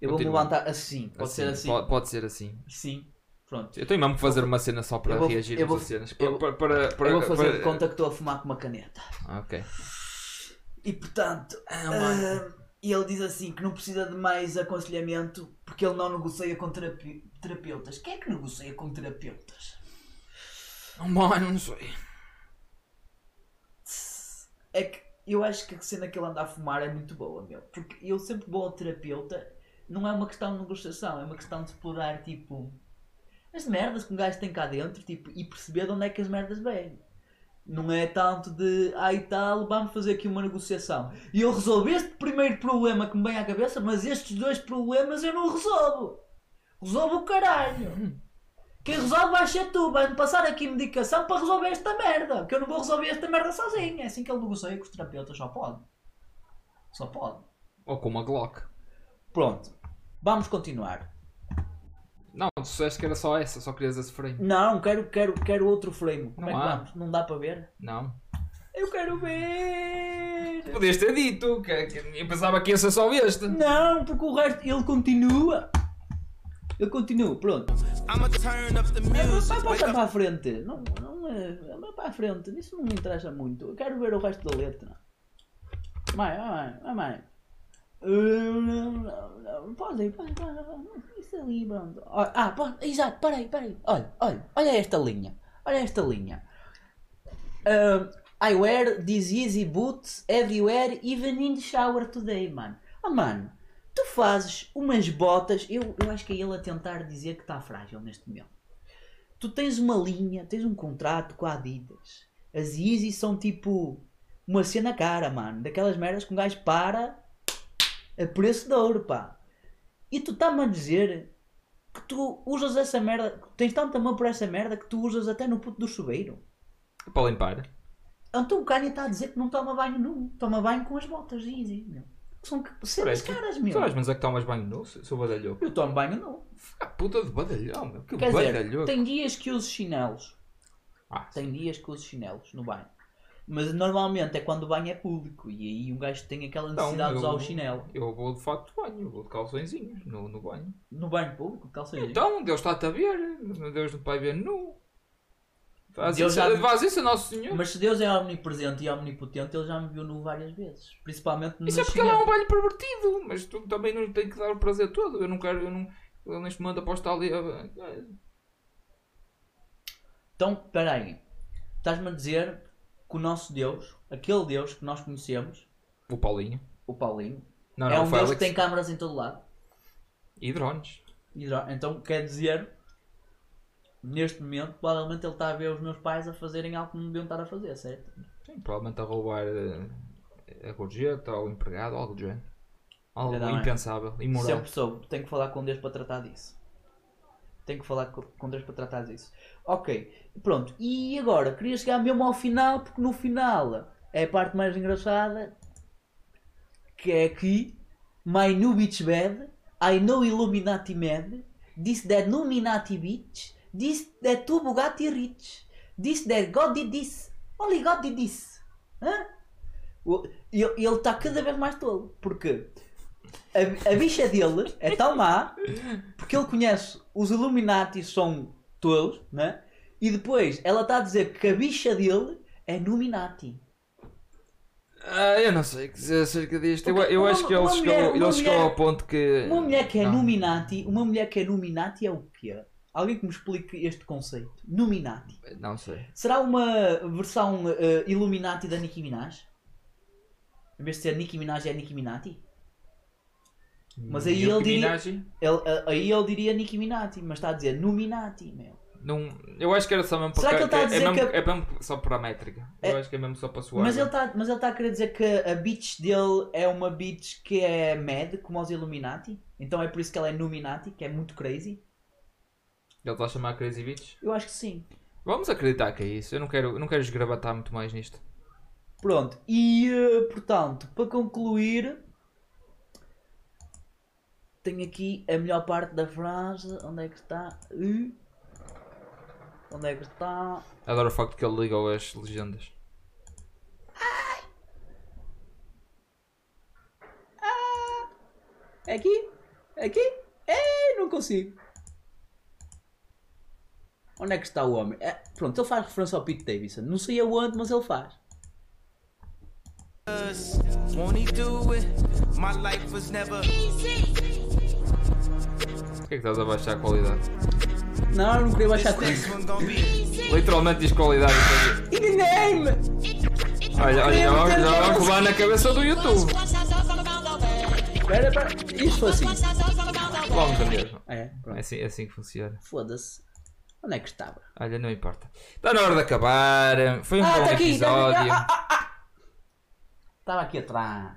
[SPEAKER 3] eu vou me
[SPEAKER 2] Continua.
[SPEAKER 3] levantar assim. Pode ser assim?
[SPEAKER 2] Pode, pode ser assim.
[SPEAKER 3] Sim. Pronto.
[SPEAKER 2] Eu tenho mesmo que fazer uma cena só para
[SPEAKER 3] Eu vou-
[SPEAKER 2] reagir
[SPEAKER 3] eu vou-
[SPEAKER 2] às cenas.
[SPEAKER 3] eu-
[SPEAKER 2] para, para, para,
[SPEAKER 3] Eu vou fazer
[SPEAKER 2] para-
[SPEAKER 3] de conta que estou a fumar com uma caneta.
[SPEAKER 2] Ah, Ok.
[SPEAKER 3] E portanto, ah, E ele diz assim que não precisa de mais aconselhamento porque ele não negocia com terape- terapeutas. Quem é que negocia com terapeutas?
[SPEAKER 2] Oh, mano, não sei.
[SPEAKER 3] É que eu acho que a cena que ele anda a fumar é muito boa, meu. Porque eu sempre vou ao terapeuta, não é uma questão de negociação, é uma questão de explorar, tipo, as merdas que um gajo tem cá dentro tipo, e perceber de onde é que as merdas vêm. Não é tanto de, ai tal, vamos fazer aqui uma negociação. E eu resolvo este primeiro problema que me vem à cabeça, mas estes dois problemas eu não resolvo. Resolvo o caralho. Quem resolve vai ser tu, vai-me passar aqui medicação para resolver esta merda. Que eu não vou resolver esta merda sozinho. É assim que ele negocia com os terapeutas, só pode. Só pode.
[SPEAKER 2] Ou com uma Glock.
[SPEAKER 3] Pronto, vamos continuar.
[SPEAKER 2] Não, tu disseste que era só essa, só querias esse frame.
[SPEAKER 3] Não, quero, quero, quero outro frame. Como
[SPEAKER 2] Não
[SPEAKER 3] é que
[SPEAKER 2] há.
[SPEAKER 3] vamos? Não dá para ver?
[SPEAKER 2] Não.
[SPEAKER 3] Eu quero ver!
[SPEAKER 2] Podias ter dito, que, que eu pensava que ia ser só este.
[SPEAKER 3] Não, porque o resto. Ele continua! Ele continua, pronto.
[SPEAKER 1] I'ma turn up the
[SPEAKER 3] É, mas
[SPEAKER 1] music.
[SPEAKER 3] Vai
[SPEAKER 1] Wake
[SPEAKER 3] passar
[SPEAKER 1] up
[SPEAKER 3] para a frente. Não, não é. Vai para a frente. Isso não me interessa muito. Eu quero ver o resto da letra. Vai, vai, vai, vai, vai. Eu não- não- não. Pode ir, pode ir, pode ir, pode ir. Isso ali, pronto. Ó, Ah, pode. Exato, peraí, peraí. Olha, olha, olha esta linha. Olha esta linha. Um, I wear these easy boots everywhere, even in the shower today, mano. Oh, mano, tu fazes umas botas. Eu, eu acho que é ele a tentar dizer que está frágil neste momento tu tens uma linha, tens um contrato com a Adidas. As Yeezy são tipo uma cena cara, mano. Daquelas merdas que um gajo para a preço de ouro, pá. E tu tá-me a dizer que tu usas essa merda, que tens tanto amor por essa merda que tu usas até no puto do chuveiro.
[SPEAKER 2] Para limpar.
[SPEAKER 3] Então o Kanye está a dizer que não toma banho nu, toma banho com as botas Yeezy, meu. Que São que- cenas
[SPEAKER 2] Parece-
[SPEAKER 3] caras,
[SPEAKER 2] Tu
[SPEAKER 3] meu.
[SPEAKER 2] vais-me dizer é que tomas banho nu, seu seu badalhoco.
[SPEAKER 3] Eu tomo banho nu.
[SPEAKER 2] Ah, puta de badalhão, meu. Que
[SPEAKER 3] Quer
[SPEAKER 2] badalhoco.
[SPEAKER 3] dizer, tem dias que uso chinelos.
[SPEAKER 2] Ah,
[SPEAKER 3] Tem dias que uso chinelos no banho. Mas normalmente é quando o banho é público e aí um gajo tem aquela
[SPEAKER 2] Então,
[SPEAKER 3] necessidade de usar
[SPEAKER 2] eu-
[SPEAKER 3] o chinelo.
[SPEAKER 2] Eu vou de fato de banho, eu vou de calçõezinhos no, no banho.
[SPEAKER 3] No banho público, calçadinho.
[SPEAKER 2] Então, Deus está-te a ver, meu Deus não te vai ver nu. Faz,
[SPEAKER 3] Deus
[SPEAKER 2] isso,
[SPEAKER 3] já-
[SPEAKER 2] faz isso, Nosso Senhor.
[SPEAKER 3] Mas se Deus é omnipresente e omnipotente, ele já me viu nu várias vezes. Principalmente no
[SPEAKER 2] Isso é porque ele é um banho pervertido, mas tu também não lhe tem que dar o prazer todo. Eu não quero, eu não. Eu neste momento aposto ali. a-
[SPEAKER 3] Então, peraí. Estás-me a dizer que o nosso Deus, aquele Deus que nós conhecemos,
[SPEAKER 2] O Paulinho.
[SPEAKER 3] o Paulinho,
[SPEAKER 2] Não,
[SPEAKER 3] é
[SPEAKER 2] não,
[SPEAKER 3] um
[SPEAKER 2] o
[SPEAKER 3] Deus
[SPEAKER 2] Félix.
[SPEAKER 3] que tem câmaras em todo lado.
[SPEAKER 2] E drones.
[SPEAKER 3] E dro- Então quer dizer, neste momento, provavelmente ele está a ver os meus pais a fazerem algo que não deviam estar a fazer, certo?
[SPEAKER 2] Sim, provavelmente a roubar eh, a gorjeta ou o empregado, algo do género. Algo
[SPEAKER 3] Ainda bem.
[SPEAKER 2] impensável, imoral.
[SPEAKER 3] Então, é. Sempre soube, tenho que falar com Deus para tratar disso. Tenho que falar co- com Deus para tratar disso. Ok, pronto. E agora, queria chegar mesmo ao final, porque no final é a parte mais engraçada, que é aqui, My new bitch bad, I know Illuminati mad, this that Illuminati bitch, this that tu Bugatti rich, this that God did this, only God did this. Hã? O- Ele ele está cada vez mais tolo, porque a, a bicha dele é tão má porque ele conhece os Illuminati são tolos, né? E depois ela está a dizer que a bicha dele é Numinati.
[SPEAKER 2] Ah, eu não sei o que dizer acerca disto. Eu,
[SPEAKER 3] Porque
[SPEAKER 2] eu
[SPEAKER 3] uma-
[SPEAKER 2] acho que ele
[SPEAKER 3] uma
[SPEAKER 2] chegou,
[SPEAKER 3] mulher-
[SPEAKER 2] ele
[SPEAKER 3] uma
[SPEAKER 2] chegou
[SPEAKER 3] mulher-
[SPEAKER 2] ao ponto que.
[SPEAKER 3] Uma mulher que é
[SPEAKER 2] Não.
[SPEAKER 3] Numinati, uma mulher que é Numinati é o quê? Alguém que me explique este conceito. Numinati.
[SPEAKER 2] Não sei.
[SPEAKER 3] Será uma versão eh, Illuminati da Nicki Minaj? Em vez de ser Nicki Minaj é Nicki Minati? Mas aí
[SPEAKER 2] Nicki
[SPEAKER 3] ele diria-
[SPEAKER 2] Minaj?
[SPEAKER 3] Ele- eh, aí ele diria Nicki Minati, mas está a dizer Numinati, meu.
[SPEAKER 2] Não, eu acho que era só mesmo para
[SPEAKER 3] Será que ele está a dizer
[SPEAKER 2] é, mesmo,
[SPEAKER 3] que
[SPEAKER 2] é mesmo só para a métrica. Eu
[SPEAKER 3] É-
[SPEAKER 2] acho que é mesmo só para suar.
[SPEAKER 3] Mas ele está mas ele tá a querer dizer que a bitch dele é uma bitch que é mad, como os Illuminati. Então é por isso que ela é Numinati, que é muito crazy.
[SPEAKER 2] Ele está a chamar Crazy Bitch.
[SPEAKER 3] Eu acho que sim.
[SPEAKER 2] Vamos acreditar que é isso. Eu não quero, eu não quero esgravatar muito mais nisto.
[SPEAKER 3] Pronto, e eh, portanto, para concluir, tenho aqui a melhor parte da frase. Onde é que está? Ih. Onde é que está?
[SPEAKER 2] Adoro o facto que ele ligou as legendas.
[SPEAKER 3] É aqui? É aqui? É, não consigo. Onde é que está o homem? É, pronto, ele faz referência ao Pete Davidson. Não sei aonde, mas ele faz.
[SPEAKER 1] us. Won't he do it? My life was never.
[SPEAKER 2] Porquê que estás a baixar a qualidade?
[SPEAKER 3] Não, eu não queria baixar tudo.
[SPEAKER 1] Next one gonna be.
[SPEAKER 2] Literalmente diz qualidade. quer
[SPEAKER 3] E name!
[SPEAKER 2] dizer, Olha, olha, já vamos, já vamos roubar na cabeça do YouTube.
[SPEAKER 3] Espera, espera. Isto foi assim.
[SPEAKER 2] Vamos a mesmo.
[SPEAKER 3] É,
[SPEAKER 2] É
[SPEAKER 3] pronto.
[SPEAKER 2] assim, é assim que funciona.
[SPEAKER 3] Foda-se. Onde é que estava?
[SPEAKER 2] Olha, não importa. Está na hora de acabar. Foi um
[SPEAKER 3] Ah,
[SPEAKER 2] bom
[SPEAKER 3] tá aqui, tá
[SPEAKER 2] episódio.
[SPEAKER 3] aqui. Ah, ah, ah. Estava aqui atrás.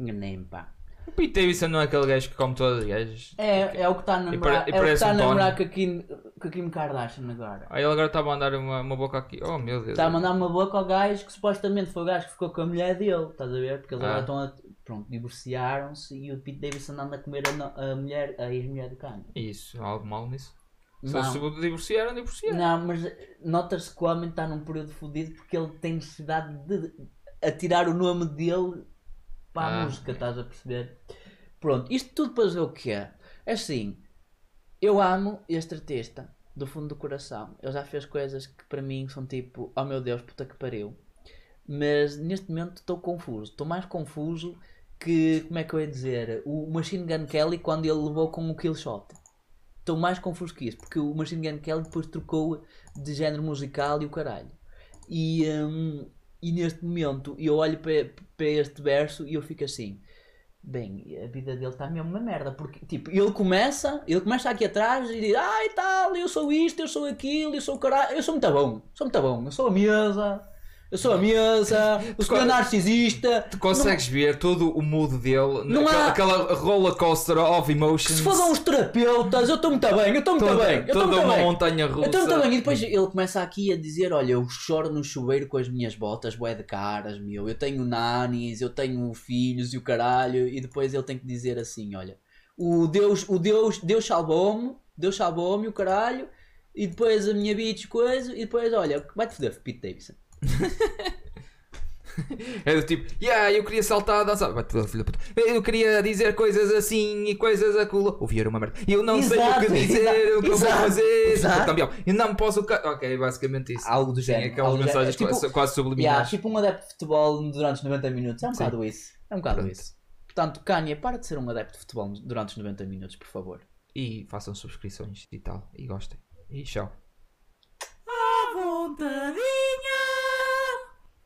[SPEAKER 3] Enganei-me, pá.
[SPEAKER 2] O Pete Davidson não é aquele gajo que come todas as gajas.
[SPEAKER 3] É, é o que está a namorar,
[SPEAKER 2] pare- e
[SPEAKER 3] é o que
[SPEAKER 2] parece
[SPEAKER 3] está a
[SPEAKER 2] um
[SPEAKER 3] namorar
[SPEAKER 2] Tony.
[SPEAKER 3] com a, Kim, com a Kim Kardashian agora.
[SPEAKER 2] Aí Ah, ele agora está a mandar uma, uma boca aqui. Oh meu Deus.
[SPEAKER 3] Está Tá a mandar uma boca ao gajo que supostamente foi o gajo que ficou com a mulher dele, estás a ver? Porque eles
[SPEAKER 2] Ah.
[SPEAKER 3] agora estão a. Pronto, divorciaram-se e o Pete Davidson anda a comer a, no- a mulher, a ex-mulher do Kanye.
[SPEAKER 2] Isso, há algo mal nisso? Só se
[SPEAKER 3] Não,
[SPEAKER 2] o divorciaram, divorciaram.
[SPEAKER 3] não, mas nota-se que o homem está num período fodido porque ele tem necessidade de atirar o nome dele para a
[SPEAKER 2] Ah.
[SPEAKER 3] música, estás a perceber? Pronto, isto tudo para dizer o que é. É assim, eu amo este artista do fundo do coração. Ele já fez coisas que para mim são tipo, oh meu Deus, puta que pariu. Mas neste momento estou confuso. Estou mais confuso que, como é que eu ia dizer, o Machine Gun Kelly quando ele levou com o Kill Shot. Estou mais confuso que isso, porque o Machine Gun Kelly depois trocou de género musical e o caralho. E, hum, e neste momento eu olho para, para este verso e eu fico assim. Bem, a vida dele está mesmo uma merda, porque tipo, ele começa, ele começa aqui atrás e diz, ai tal, eu sou isto, eu sou aquilo, eu sou o caralho, eu sou muito bom, sou muito bom, eu sou a mesa, eu sou a mesa, o senhor
[SPEAKER 2] co-
[SPEAKER 3] narcisista,
[SPEAKER 2] Tu consegues ver todo o mood dele,
[SPEAKER 3] Não
[SPEAKER 2] aquela,
[SPEAKER 3] há-
[SPEAKER 2] aquela roller coaster of emotions.
[SPEAKER 3] se fodam os terapeutas, eu estou muito bem, eu estou muito
[SPEAKER 2] toda,
[SPEAKER 3] bem, eu estou
[SPEAKER 2] toda
[SPEAKER 3] muito
[SPEAKER 2] uma
[SPEAKER 3] bem.
[SPEAKER 2] montanha russa.
[SPEAKER 3] Então, tá bem, e depois ele começa aqui a dizer: Olha, eu choro no chuveiro com as minhas botas, bué de caras, meu. Eu tenho nanis, eu tenho filhos e o caralho. E depois ele tem que dizer assim: Olha, o Deus, o Deus, Deus salvou-me, Deus salvou-me, o caralho. E depois a minha bitch, coisa. E depois, olha, vai-te foder, Pete Davidson.
[SPEAKER 2] É do tipo, yeah, eu queria saltar a dançar. Vai, tu, filho da puta. Eu queria dizer coisas assim e coisas acolá. Ouvir uma merda. Eu não sei o
[SPEAKER 3] Exato,
[SPEAKER 2] que dizer,
[SPEAKER 3] exato,
[SPEAKER 2] o que eu vou
[SPEAKER 3] exato,
[SPEAKER 2] fazer.
[SPEAKER 3] exato.
[SPEAKER 2] Sou campeão. Eu não posso. ca- Ok, é basicamente isso.
[SPEAKER 3] Algo do
[SPEAKER 2] Sim,
[SPEAKER 3] género,
[SPEAKER 2] aquelas
[SPEAKER 3] algo do
[SPEAKER 2] mensagens
[SPEAKER 3] género. É
[SPEAKER 2] quase,
[SPEAKER 3] tipo-
[SPEAKER 2] quase
[SPEAKER 3] Yeah,
[SPEAKER 2] subliminares.
[SPEAKER 3] tipo um adepto de futebol durante os 90 minutos. É um bocado isso. É um bocado
[SPEAKER 2] Pronto.
[SPEAKER 3] isso. Portanto, Kanye, para de ser um adepto de futebol durante os 90 minutos, por favor.
[SPEAKER 2] E façam subscrições e tal. E gostem. E tchau.
[SPEAKER 6] vontade